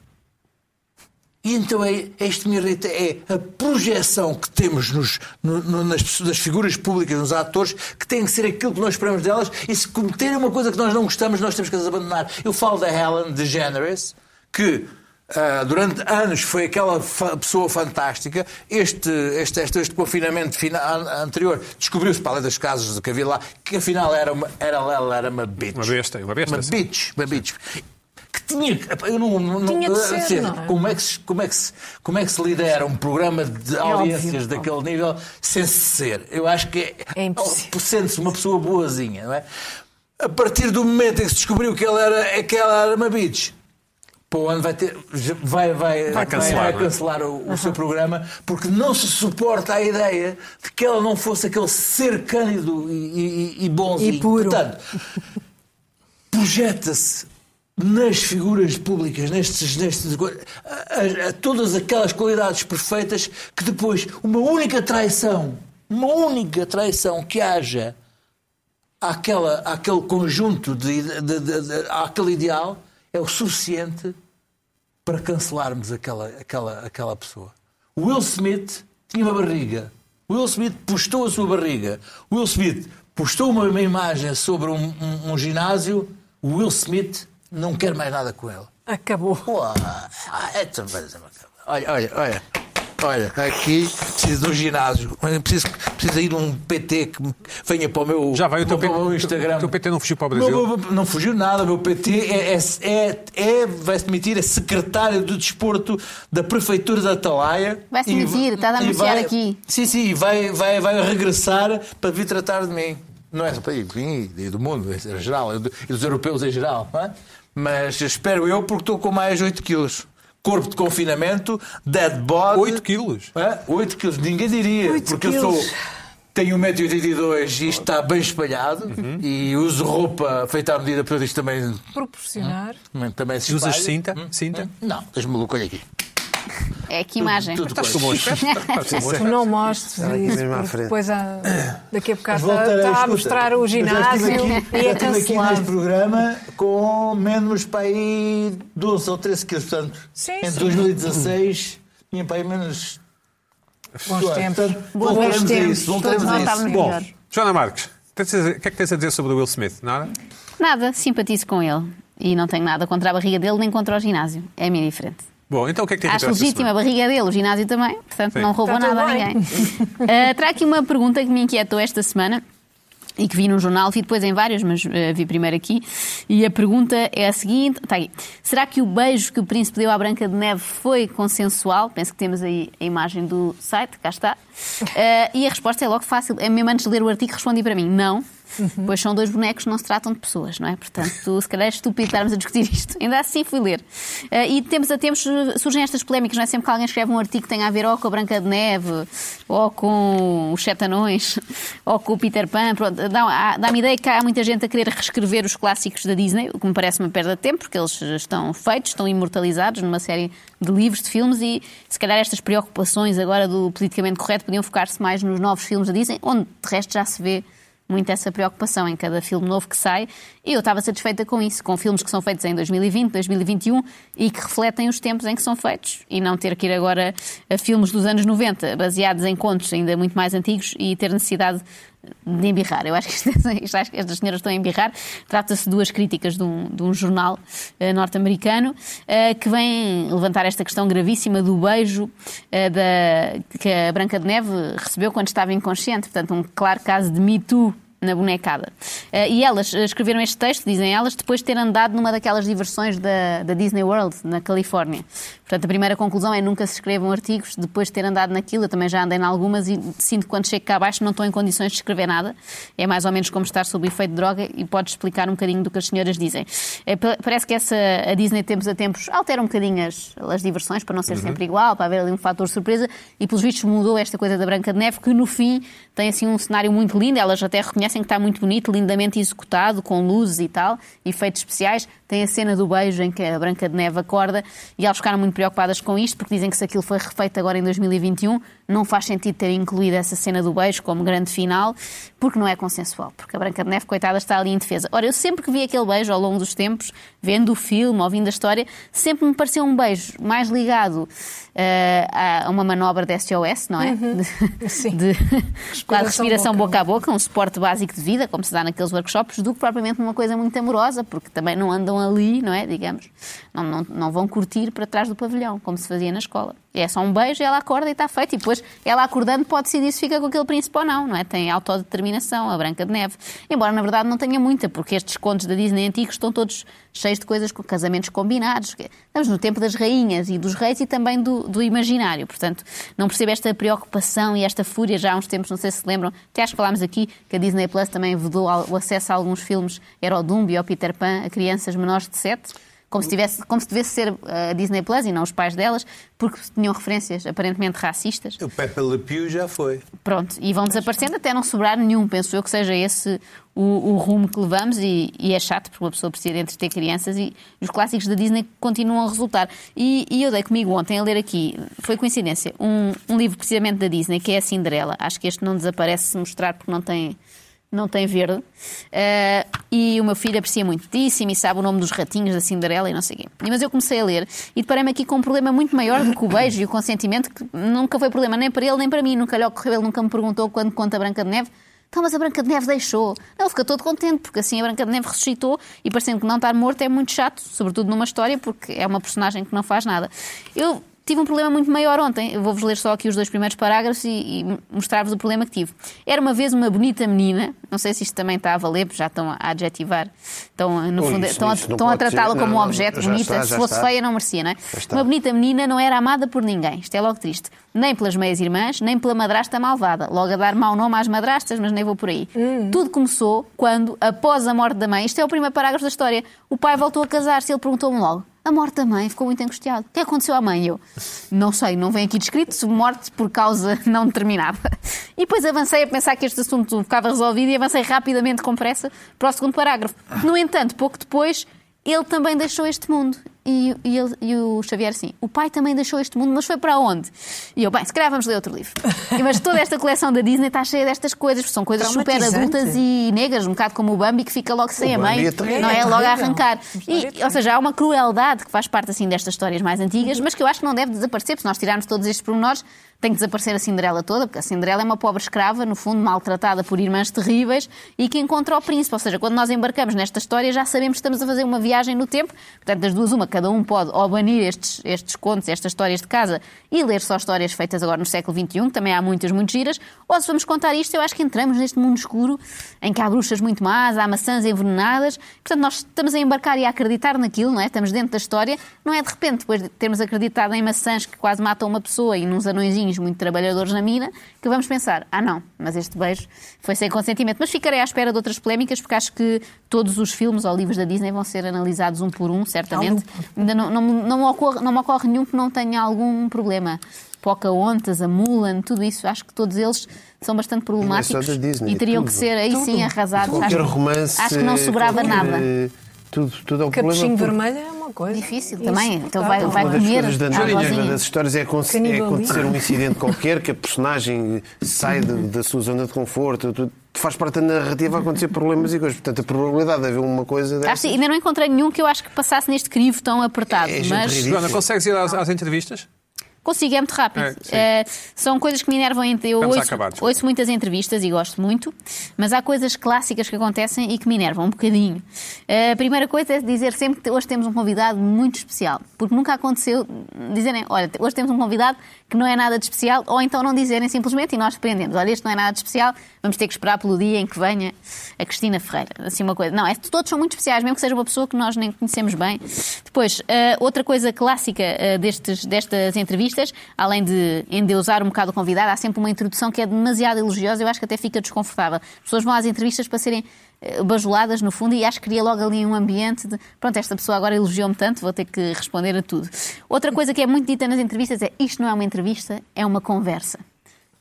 Speaker 3: E então é, é isto que me irrita é a projeção que temos nos, no- no- nas, pessoas- nas figuras públicas, nos atores, que tem que ser aquilo que nós esperamos delas, e se cometerem uma coisa que nós não gostamos, nós temos que as abandonar. Eu falo da Helen DeGeneres, que ah, durante anos foi aquela fa- pessoa fantástica. Este, este, este, este confinamento fina- an- anterior descobriu-se, para além dos casos que havia lá, que afinal era uma, era, ela era uma bitch.
Speaker 1: Uma besta, uma besta, sim.
Speaker 3: bitch, uma bitch. Que tinha. que- Eu não, não-
Speaker 4: Tinha de ser,
Speaker 3: assim,
Speaker 4: não é?
Speaker 3: como é, que se, como, é que se, como é que se lidera um programa de audiências
Speaker 4: É óbvio,
Speaker 3: daquele nível sem se ser? Eu acho que oh,
Speaker 4: É impossível.
Speaker 3: sente-se uma pessoa boazinha, não é? A partir do momento em que se descobriu que ela era, que ela era uma bitch, para o ano vai ter. Vai, vai, vai
Speaker 1: cancelar,
Speaker 3: vai
Speaker 1: não é?
Speaker 3: cancelar o, o seu programa porque não se suporta a ideia de que ela não fosse aquele ser cândido e, e, e bonzinho.
Speaker 4: E puro.
Speaker 3: Portanto, projeta-se nas figuras públicas, nestes, nestes a, a- a todas aquelas qualidades perfeitas que depois uma única traição, uma única traição que haja àquela, àquele conjunto de, de, de, de- àquele ideal é o suficiente para cancelarmos aquela, aquela, aquela pessoa. O Will Smith tinha uma barriga. O Will Smith postou a sua barriga. O Will Smith postou uma, uma imagem sobre um, um- um ginásio. O Will Smith não quer mais nada com ele.
Speaker 4: Acabou.
Speaker 3: Pô, ah, é também- Olha, olha, olha. Olha, aqui preciso de um ginásio. Olha, Preciso, preciso aí de um PT que me- venha para o meu,
Speaker 1: Já vai o teu
Speaker 3: para
Speaker 1: PT
Speaker 3: meu Instagram.
Speaker 1: o teu PT não fugiu para o
Speaker 3: Não,
Speaker 1: Brasil.
Speaker 3: não, não, não fugiu nada, meu PT é, é, é, é- vai-se demitir, é secretário do desporto da Prefeitura da Atalaia.
Speaker 5: Vai-se
Speaker 3: E
Speaker 5: demitir,
Speaker 3: va-
Speaker 5: está a
Speaker 3: e
Speaker 5: anunciar
Speaker 3: vai-
Speaker 5: aqui.
Speaker 3: Sim, sim, e vai, vai, vai regressar para vir tratar de mim. Não é só para mim, e do mundo em geral, e do- e dos europeus em geral. não é? Mas espero eu, porque estou com mais 8 quilos. Corpo de confinamento, dead body.
Speaker 1: 8 quilos.
Speaker 3: Hã? 8 quilos, ninguém diria,
Speaker 4: Oito
Speaker 3: porque eu
Speaker 4: quilos.
Speaker 3: sou Tenho 1,82m e isto está bem espalhado. E uso roupa feita à medida, portanto isto também,
Speaker 4: Proporcionar.
Speaker 3: também se espalha.
Speaker 1: Usas cinta?
Speaker 3: Hum?
Speaker 1: Cinta?
Speaker 3: Não, tens maluco, olha aqui.
Speaker 5: É que imagem.
Speaker 3: Tudo
Speaker 1: Estás com bons
Speaker 4: Tu não mostres
Speaker 2: aqui
Speaker 4: isso,
Speaker 2: mesmo à
Speaker 4: porque
Speaker 2: frente.
Speaker 4: depois há, daqui a bocado
Speaker 3: Voltar
Speaker 4: está,
Speaker 3: a-
Speaker 4: está tá a
Speaker 3: escuta,
Speaker 4: mostrar o
Speaker 3: eu já
Speaker 4: ginásio
Speaker 3: estive aqui-
Speaker 4: e é
Speaker 3: eu estive aqui neste
Speaker 4: cancelado.
Speaker 3: programa com menos para aí 12 ou 13 quilos. Portanto,
Speaker 4: Sim,
Speaker 3: em
Speaker 4: sim.
Speaker 3: 2016 tinha para aí menos.
Speaker 4: Bons tempos.
Speaker 3: Portanto,
Speaker 5: Bons
Speaker 3: voltaremos a
Speaker 5: tempos.
Speaker 3: isso. Voltaremos
Speaker 5: Todos
Speaker 3: a
Speaker 4: é
Speaker 5: voltávamos
Speaker 3: isso.
Speaker 1: Bom,
Speaker 5: melhor.
Speaker 1: Joana Marques, tens a dizer- o que é que tens a dizer sobre o Will Smith? Nada?
Speaker 5: Nada, simpatizo com ele. E não tenho nada contra a barriga dele nem contra o ginásio. É a minha diferente.
Speaker 1: Bom, então o que é que te
Speaker 5: Acho
Speaker 1: irritou esta
Speaker 5: legítima a
Speaker 1: semana?
Speaker 5: barriga dele, o ginásio também, portanto
Speaker 1: Sim.
Speaker 5: não roubou
Speaker 4: Está tudo
Speaker 5: nada a
Speaker 4: bem.
Speaker 5: ninguém. Ah, trago aqui uma pergunta que me inquietou esta semana e que vi num jornal, vi depois em vários, mas ah, vi primeiro aqui. E a pergunta é a seguinte: está aqui. Será que o beijo que o príncipe deu à Branca de Neve foi consensual? Penso que temos aí a imagem do site, cá está. Ah, e a resposta é logo fácil. É mesmo antes de ler o artigo, respondi para mim: não. Pois são dois bonecos, não se tratam de pessoas, não é? Portanto, se calhar é estúpido estarmos a discutir isto. Ainda assim fui ler. Ah, e de tempos a tempos eh, surgem estas polémicas, não é? Sempre que alguém escreve um artigo que tenha a ver ou com a Branca de Neve, ou com os Sete Anões, ou com o Peter Pan, pronto, dá- dá-me ideia que há muita gente a querer reescrever os clássicos da Disney, o que me parece uma perda de tempo, porque eles estão feitos, estão imortalizados numa série de livros, de filmes, e se calhar estas preocupações agora do politicamente correto podiam focar-se mais nos novos filmes da Disney, onde de resto já se vê muito essa preocupação em cada filme novo que sai e eu estava satisfeita com isso, com filmes que são feitos em 2020, 2021 e que refletem os tempos em que são feitos e não ter que ir agora a filmes dos anos 90 baseados em contos ainda muito mais antigos e ter necessidade de embirrar. Eu acho que, isto- isto- acho que estas senhoras estão a embirrar. Trata-se de duas críticas de um, de um jornal eh, norte-americano eh, que vem levantar esta questão gravíssima do beijo eh, da, que a Branca de Neve recebeu quando estava inconsciente. Portanto, um claro caso de Me Too na bonecada. Eh, e elas eh, escreveram este texto, dizem elas, depois de ter andado numa daquelas diversões da, da Disney World, na Califórnia. Portanto, a primeira conclusão é nunca se escrevam artigos depois de ter andado naquilo. Eu também já andei em algumas e sinto que quando chego cá abaixo não estou em condições de escrever nada. É mais ou menos como estar sob efeito de droga e pode explicar um bocadinho do que as senhoras dizem. Eh, pa- parece que essa, a Disney, de tempos a tempos, altera um bocadinho as, as diversões para não ser sempre igual, para haver ali um fator surpresa e, pelos vistos, mudou esta coisa da Branca de Neve, que no fim tem assim um cenário muito lindo. Elas até reconhecem que está muito bonito, lindamente executado, com luzes e tal, efeitos especiais. Tem a cena do beijo em que a Branca de Neve acorda e elas ficaram muito preocupadas com isto, porque dizem que se aquilo foi refeito agora em 2021, não faz sentido ter incluído essa cena do beijo como grande final, porque não é consensual. Porque a Branca de Neve, coitada, está ali em defesa. Ora, eu sempre que vi aquele beijo ao longo dos tempos, vendo o filme, ouvindo a história, sempre me pareceu um beijo mais ligado eh, a uma manobra de SOS, não é? De-
Speaker 4: Sim.
Speaker 5: de
Speaker 4: Respiração
Speaker 5: claro, respiração
Speaker 4: boca
Speaker 5: boca a boca, um suporte básico de vida, como se dá naqueles workshops, do que propriamente uma coisa muito amorosa, porque também não andam ali, não é? Digamos, não, não, não vão curtir para trás do pavilhão, como se fazia na escola. É só um beijo, ela acorda e está feito. E depois, ela acordando, pode decidir se fica com aquele príncipe ou não, não é? Tem autodeterminação, a Branca de Neve. Embora, na verdade, não tenha muita, porque estes contos da Disney antigos estão todos cheios de coisas com casamentos combinados. Estamos no tempo das rainhas e dos reis e também do, do imaginário. Portanto, não percebo esta preocupação e esta fúria já há uns tempos, não sei se se lembram, até acho que falámos aqui que a Disney Plus também vedou ao- o acesso a alguns filmes, era o Dumbo e ao Peter Pan, a crianças menores de 7. Como se, tivesse, como se devesse ser eh, a Disney Plus e não os pais delas, porque tinham referências aparentemente racistas.
Speaker 3: O Pepe Le Pew já foi.
Speaker 5: Pronto, e vão desaparecendo até não sobrar nenhum. Penso eu que seja esse o, o rumo que levamos e, e é chato porque uma pessoa precisa entreter crianças e os clássicos da Disney continuam a resultar. E, e eu dei comigo ontem a ler aqui, foi coincidência, um, um livro precisamente da Disney que é a Cinderela. Acho que este não desaparece se mostrar porque não tem não tem verde. Eh, e o meu filho aprecia muitíssimo e sabe o nome dos ratinhos da Cinderela e não sei o quê. Mas eu comecei a ler e deparei-me aqui com um problema muito maior do que o beijo e o consentimento, que nunca foi problema nem para ele nem para mim. Nunca lhe ocorreu, ele nunca me perguntou quando conta a Branca de Neve. Então, mas a Branca de Neve deixou. Ele fica todo contente, porque assim a Branca de Neve ressuscitou e parecendo que não estar morto é muito chato, sobretudo numa história, porque é uma personagem que não faz nada. Eu tive um problema muito maior ontem. Eu vou-vos ler só aqui os dois primeiros parágrafos e, e mostrar-vos o problema que tive. Era uma vez uma bonita menina, não sei se isto também está a valer, porque já estão a adjetivar, estão, no
Speaker 2: Oh,
Speaker 5: fundo,
Speaker 2: isso,
Speaker 5: estão a,
Speaker 2: isso não
Speaker 5: estão a
Speaker 2: pode ser.
Speaker 5: tratá-la como
Speaker 2: Não,
Speaker 5: um
Speaker 2: não,
Speaker 5: objeto
Speaker 2: já
Speaker 5: bonita.
Speaker 2: está,
Speaker 5: se
Speaker 2: já
Speaker 5: fosse
Speaker 2: está.
Speaker 5: feia, não merecia, não é?
Speaker 2: está.
Speaker 5: Uma bonita menina não era amada por ninguém, isto é logo triste. Nem pelas meias irmãs, nem pela madrasta malvada. Logo a dar mau nome às madrastas, mas nem vou por aí. Tudo começou quando, após a morte da mãe, isto é o primeiro parágrafo da história, o pai voltou a casar-se e ele perguntou-me logo: A morte da mãe ficou muito angustiada. O que aconteceu à mãe? Eu, não sei, não vem aqui descrito, se morte por causa não determinada. E depois avancei a pensar que este assunto ficava resolvido e avancei rapidamente, com pressa, para o segundo parágrafo. No entanto, pouco depois, ele também deixou este mundo. E, e ele- e o Xavier, sim, o pai também deixou este mundo, mas foi para onde? E eu, bem, se calhar vamos ler outro livro. E, Mas toda esta coleção da Disney está cheia destas coisas, porque são coisas super
Speaker 4: Traumatizante.
Speaker 5: adultas e negras, um bocado como o Bambi, que fica logo sem a
Speaker 2: Bambi
Speaker 5: mãe,
Speaker 2: é terrível.
Speaker 5: não
Speaker 4: É
Speaker 5: é? Logo a
Speaker 4: terrível.
Speaker 5: arrancar.
Speaker 4: Uma história
Speaker 5: E, ou seja, há uma crueldade que faz parte assim destas histórias mais antigas, mas que eu acho que não deve desaparecer, porque se nós tirarmos todos estes pormenores, tem que desaparecer a Cinderela toda, porque a Cinderela é uma pobre escrava, no fundo, maltratada por irmãs terríveis e que encontra o príncipe. Ou seja, quando nós embarcamos nesta história, já sabemos que estamos a fazer uma viagem no tempo. Portanto, das duas, uma, cada um pode ou banir estes, estes contos, estas histórias de casa e ler só histórias feitas agora no século XXI, que também há muitas, muito giras, ou se vamos contar isto, eu acho que entramos neste mundo escuro em que há bruxas muito más, há maçãs envenenadas. Portanto, nós estamos a embarcar e a acreditar naquilo, não é? Estamos dentro da história. Não é de repente, depois de termos acreditado em maçãs que quase matam uma pessoa e nos anõezinhos muito trabalhadores na mina, que vamos pensar, ah não, mas este beijo foi sem consentimento. Mas ficarei à espera de outras polémicas, porque acho que todos os filmes ou livros da Disney vão ser analisados um por um, certamente. Ainda não, não, me- não, me ocorre, não me ocorre nenhum que não tenha algum problema. Pocahontas, a Mulan, tudo isso, acho que todos eles são bastante problemáticos
Speaker 2: É da Disney,
Speaker 5: e teriam
Speaker 2: tudo.
Speaker 5: que ser aí sim arrasados.
Speaker 2: Qualquer
Speaker 5: acho,
Speaker 2: romance.
Speaker 5: acho que não sobrava
Speaker 2: qualquer,
Speaker 5: nada.
Speaker 2: eh, Tudo, tudo é um problema.
Speaker 4: Capuchinho
Speaker 2: porque
Speaker 4: vermelho é uma coisa.
Speaker 5: Difícil também, então
Speaker 4: tá,
Speaker 5: vai-
Speaker 4: tá,
Speaker 5: vai
Speaker 4: tá.
Speaker 2: Uma das
Speaker 5: comer
Speaker 2: coisas da
Speaker 5: à
Speaker 2: narrativa
Speaker 5: vozinha.
Speaker 2: das histórias é, aconte- é
Speaker 4: Canibalismo.
Speaker 2: acontecer um incidente qualquer que a personagem sai de- da sua zona de conforto. tudo- faz parte da narrativa acontecer problemas e coisas. Portanto, a probabilidade de haver uma coisa
Speaker 5: Acho que
Speaker 2: dessa.
Speaker 5: ainda não encontrei nenhum que eu acho que passasse neste crivo tão apertado,
Speaker 2: É gente
Speaker 5: mas
Speaker 2: ridícula.
Speaker 1: Joana, consegues ir às, às entrevistas?
Speaker 5: Consigo, é muito rápido.
Speaker 1: É, sim.
Speaker 5: Eh, são coisas que me enervam. em- Eu
Speaker 1: Vamos
Speaker 5: ouço,
Speaker 1: acabar, desculpa.
Speaker 5: ouço muitas entrevistas e gosto muito, mas há coisas clássicas que acontecem e que me enervam um bocadinho. Eh, a primeira coisa é dizer sempre que hoje temos um convidado muito especial, porque nunca aconteceu dizerem, olha, hoje temos um convidado que não é nada de especial, ou então não dizerem simplesmente e nós surpreendemos, olha, este não é nada de especial, vamos ter que esperar pelo dia em que venha a Cristina Ferreira. Assim, uma coisa. Não, é, todos são muito especiais, mesmo que seja uma pessoa que nós nem conhecemos bem. Depois, eh, outra coisa clássica eh, destes, destas entrevistas, além de endeusar um bocado o convidado, há sempre uma introdução que é demasiado elogiosa, eu acho que até fica desconfortável. As pessoas vão às entrevistas para serem eh, bajuladas no fundo e acho que cria logo ali um ambiente de pronto, esta pessoa agora elogiou-me tanto, vou ter que responder a tudo. Outra coisa que é muito dita nas entrevistas é isto não é uma entrevista, é uma conversa.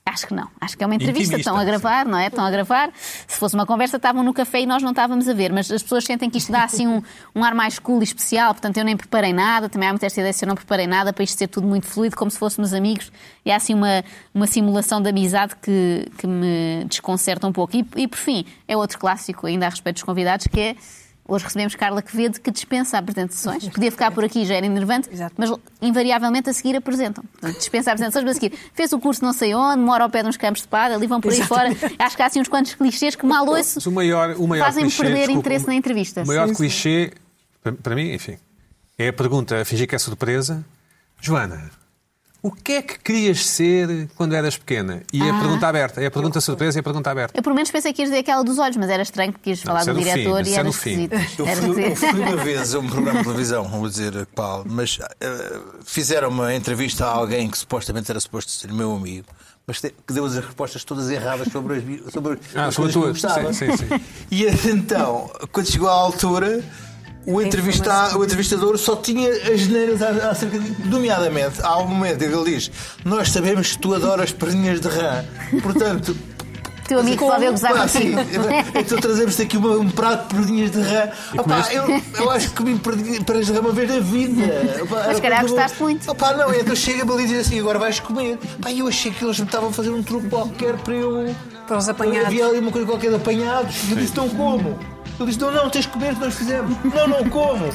Speaker 5: Acho que não. Acho que é uma entrevista.
Speaker 1: Intimista,
Speaker 5: Estão a
Speaker 1: sim.
Speaker 5: gravar, não é? Estão a gravar. Se fosse uma conversa, estavam no café e nós não estávamos a ver. Mas as pessoas sentem que isto dá assim um, um ar mais cool e especial. Portanto, eu nem preparei nada. Também há muita esta ideia de se eu não preparei nada para isto ser tudo muito fluido, como se fôssemos amigos. E há assim uma, uma simulação de amizade que, que me desconcerta um pouco. E, e por fim, é outro clássico ainda a respeito dos convidados, que é. Hoje recebemos Carla Quevedo, que dispensa apresentações. Podia ficar por aqui, já era enervante,
Speaker 4: Exato.
Speaker 5: mas invariavelmente a seguir apresentam. Portanto, dispensa apresentações, mas a seguir fez o curso não sei onde, mora ao pé de uns campos de pádel ali vão por aí fora. Acho que há assim uns quantos clichês que mal ouço
Speaker 1: Mas O maior, o maior
Speaker 5: fazem-me
Speaker 1: clichê,
Speaker 5: perder
Speaker 1: desculpa,
Speaker 5: interesse na entrevista.
Speaker 1: O maior
Speaker 5: Sim, sim.
Speaker 1: clichê, para- para mim, enfim, é a pergunta, a fingir que é surpresa. Joana, o que é que querias ser quando eras pequena? E
Speaker 5: Ah.
Speaker 1: é a pergunta aberta, é a pergunta surpresa e a pergunta aberta.
Speaker 5: Eu pelo menos pensei que ias dizer aquela dos olhos, mas era estranho porque ias falar
Speaker 1: isso é
Speaker 5: do
Speaker 1: no fim,
Speaker 5: diretor
Speaker 1: isso
Speaker 5: e
Speaker 1: é
Speaker 5: era
Speaker 1: no fim.
Speaker 5: esquisito.
Speaker 3: Eu
Speaker 5: Era
Speaker 3: fui, eu
Speaker 5: esquisito.
Speaker 3: fui uma vez a um programa de televisão, vou dizer, Paulo, mas eh, fizeram uma entrevista a alguém que supostamente era suposto ser meu amigo, mas te- que deu as respostas todas erradas sobre as, mi- sobre
Speaker 1: Ah,
Speaker 3: as
Speaker 1: sobre
Speaker 3: coisas que eu
Speaker 1: tuas.
Speaker 3: gostava.
Speaker 1: Sim, sim, sim.
Speaker 3: E então, quando chegou à altura, o, entrevista, o entrevistador só tinha as neiras acerca de. Nomeadamente, há um momento em que ele diz: Nós sabemos que tu adoras perninhas de rã, portanto.
Speaker 5: Teu amigo resolveu gozar
Speaker 3: Pá,
Speaker 5: contigo.
Speaker 3: sim. Então trazemos-te aqui uma- um prato de perninhas de rã. Opá,
Speaker 1: comeste?
Speaker 3: eu, eu acho que comi perdi- perninhas de rã uma vez na vida. Opá, era
Speaker 5: se calhar
Speaker 3: quando-
Speaker 5: gostaste muito.
Speaker 3: Opá, não, então chega-me ali e diz assim: agora vais comer. Pá, eu achei que eles me estavam a fazer um truque qualquer para eu.
Speaker 4: Para os apanhados.
Speaker 3: Havia ali uma coisa qualquer de apanhados. E eu disse: não como. Ele disse: não, não, tens de comer que nós fizemos. Não, não como.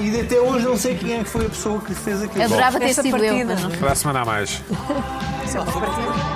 Speaker 3: E até hoje não sei quem é que foi a pessoa que fez aquilo.
Speaker 5: Adorava ter
Speaker 4: Essa
Speaker 5: sido eu,
Speaker 4: partida.
Speaker 5: mas não.
Speaker 1: Para a semana a mais.
Speaker 4: Isso é uma partida.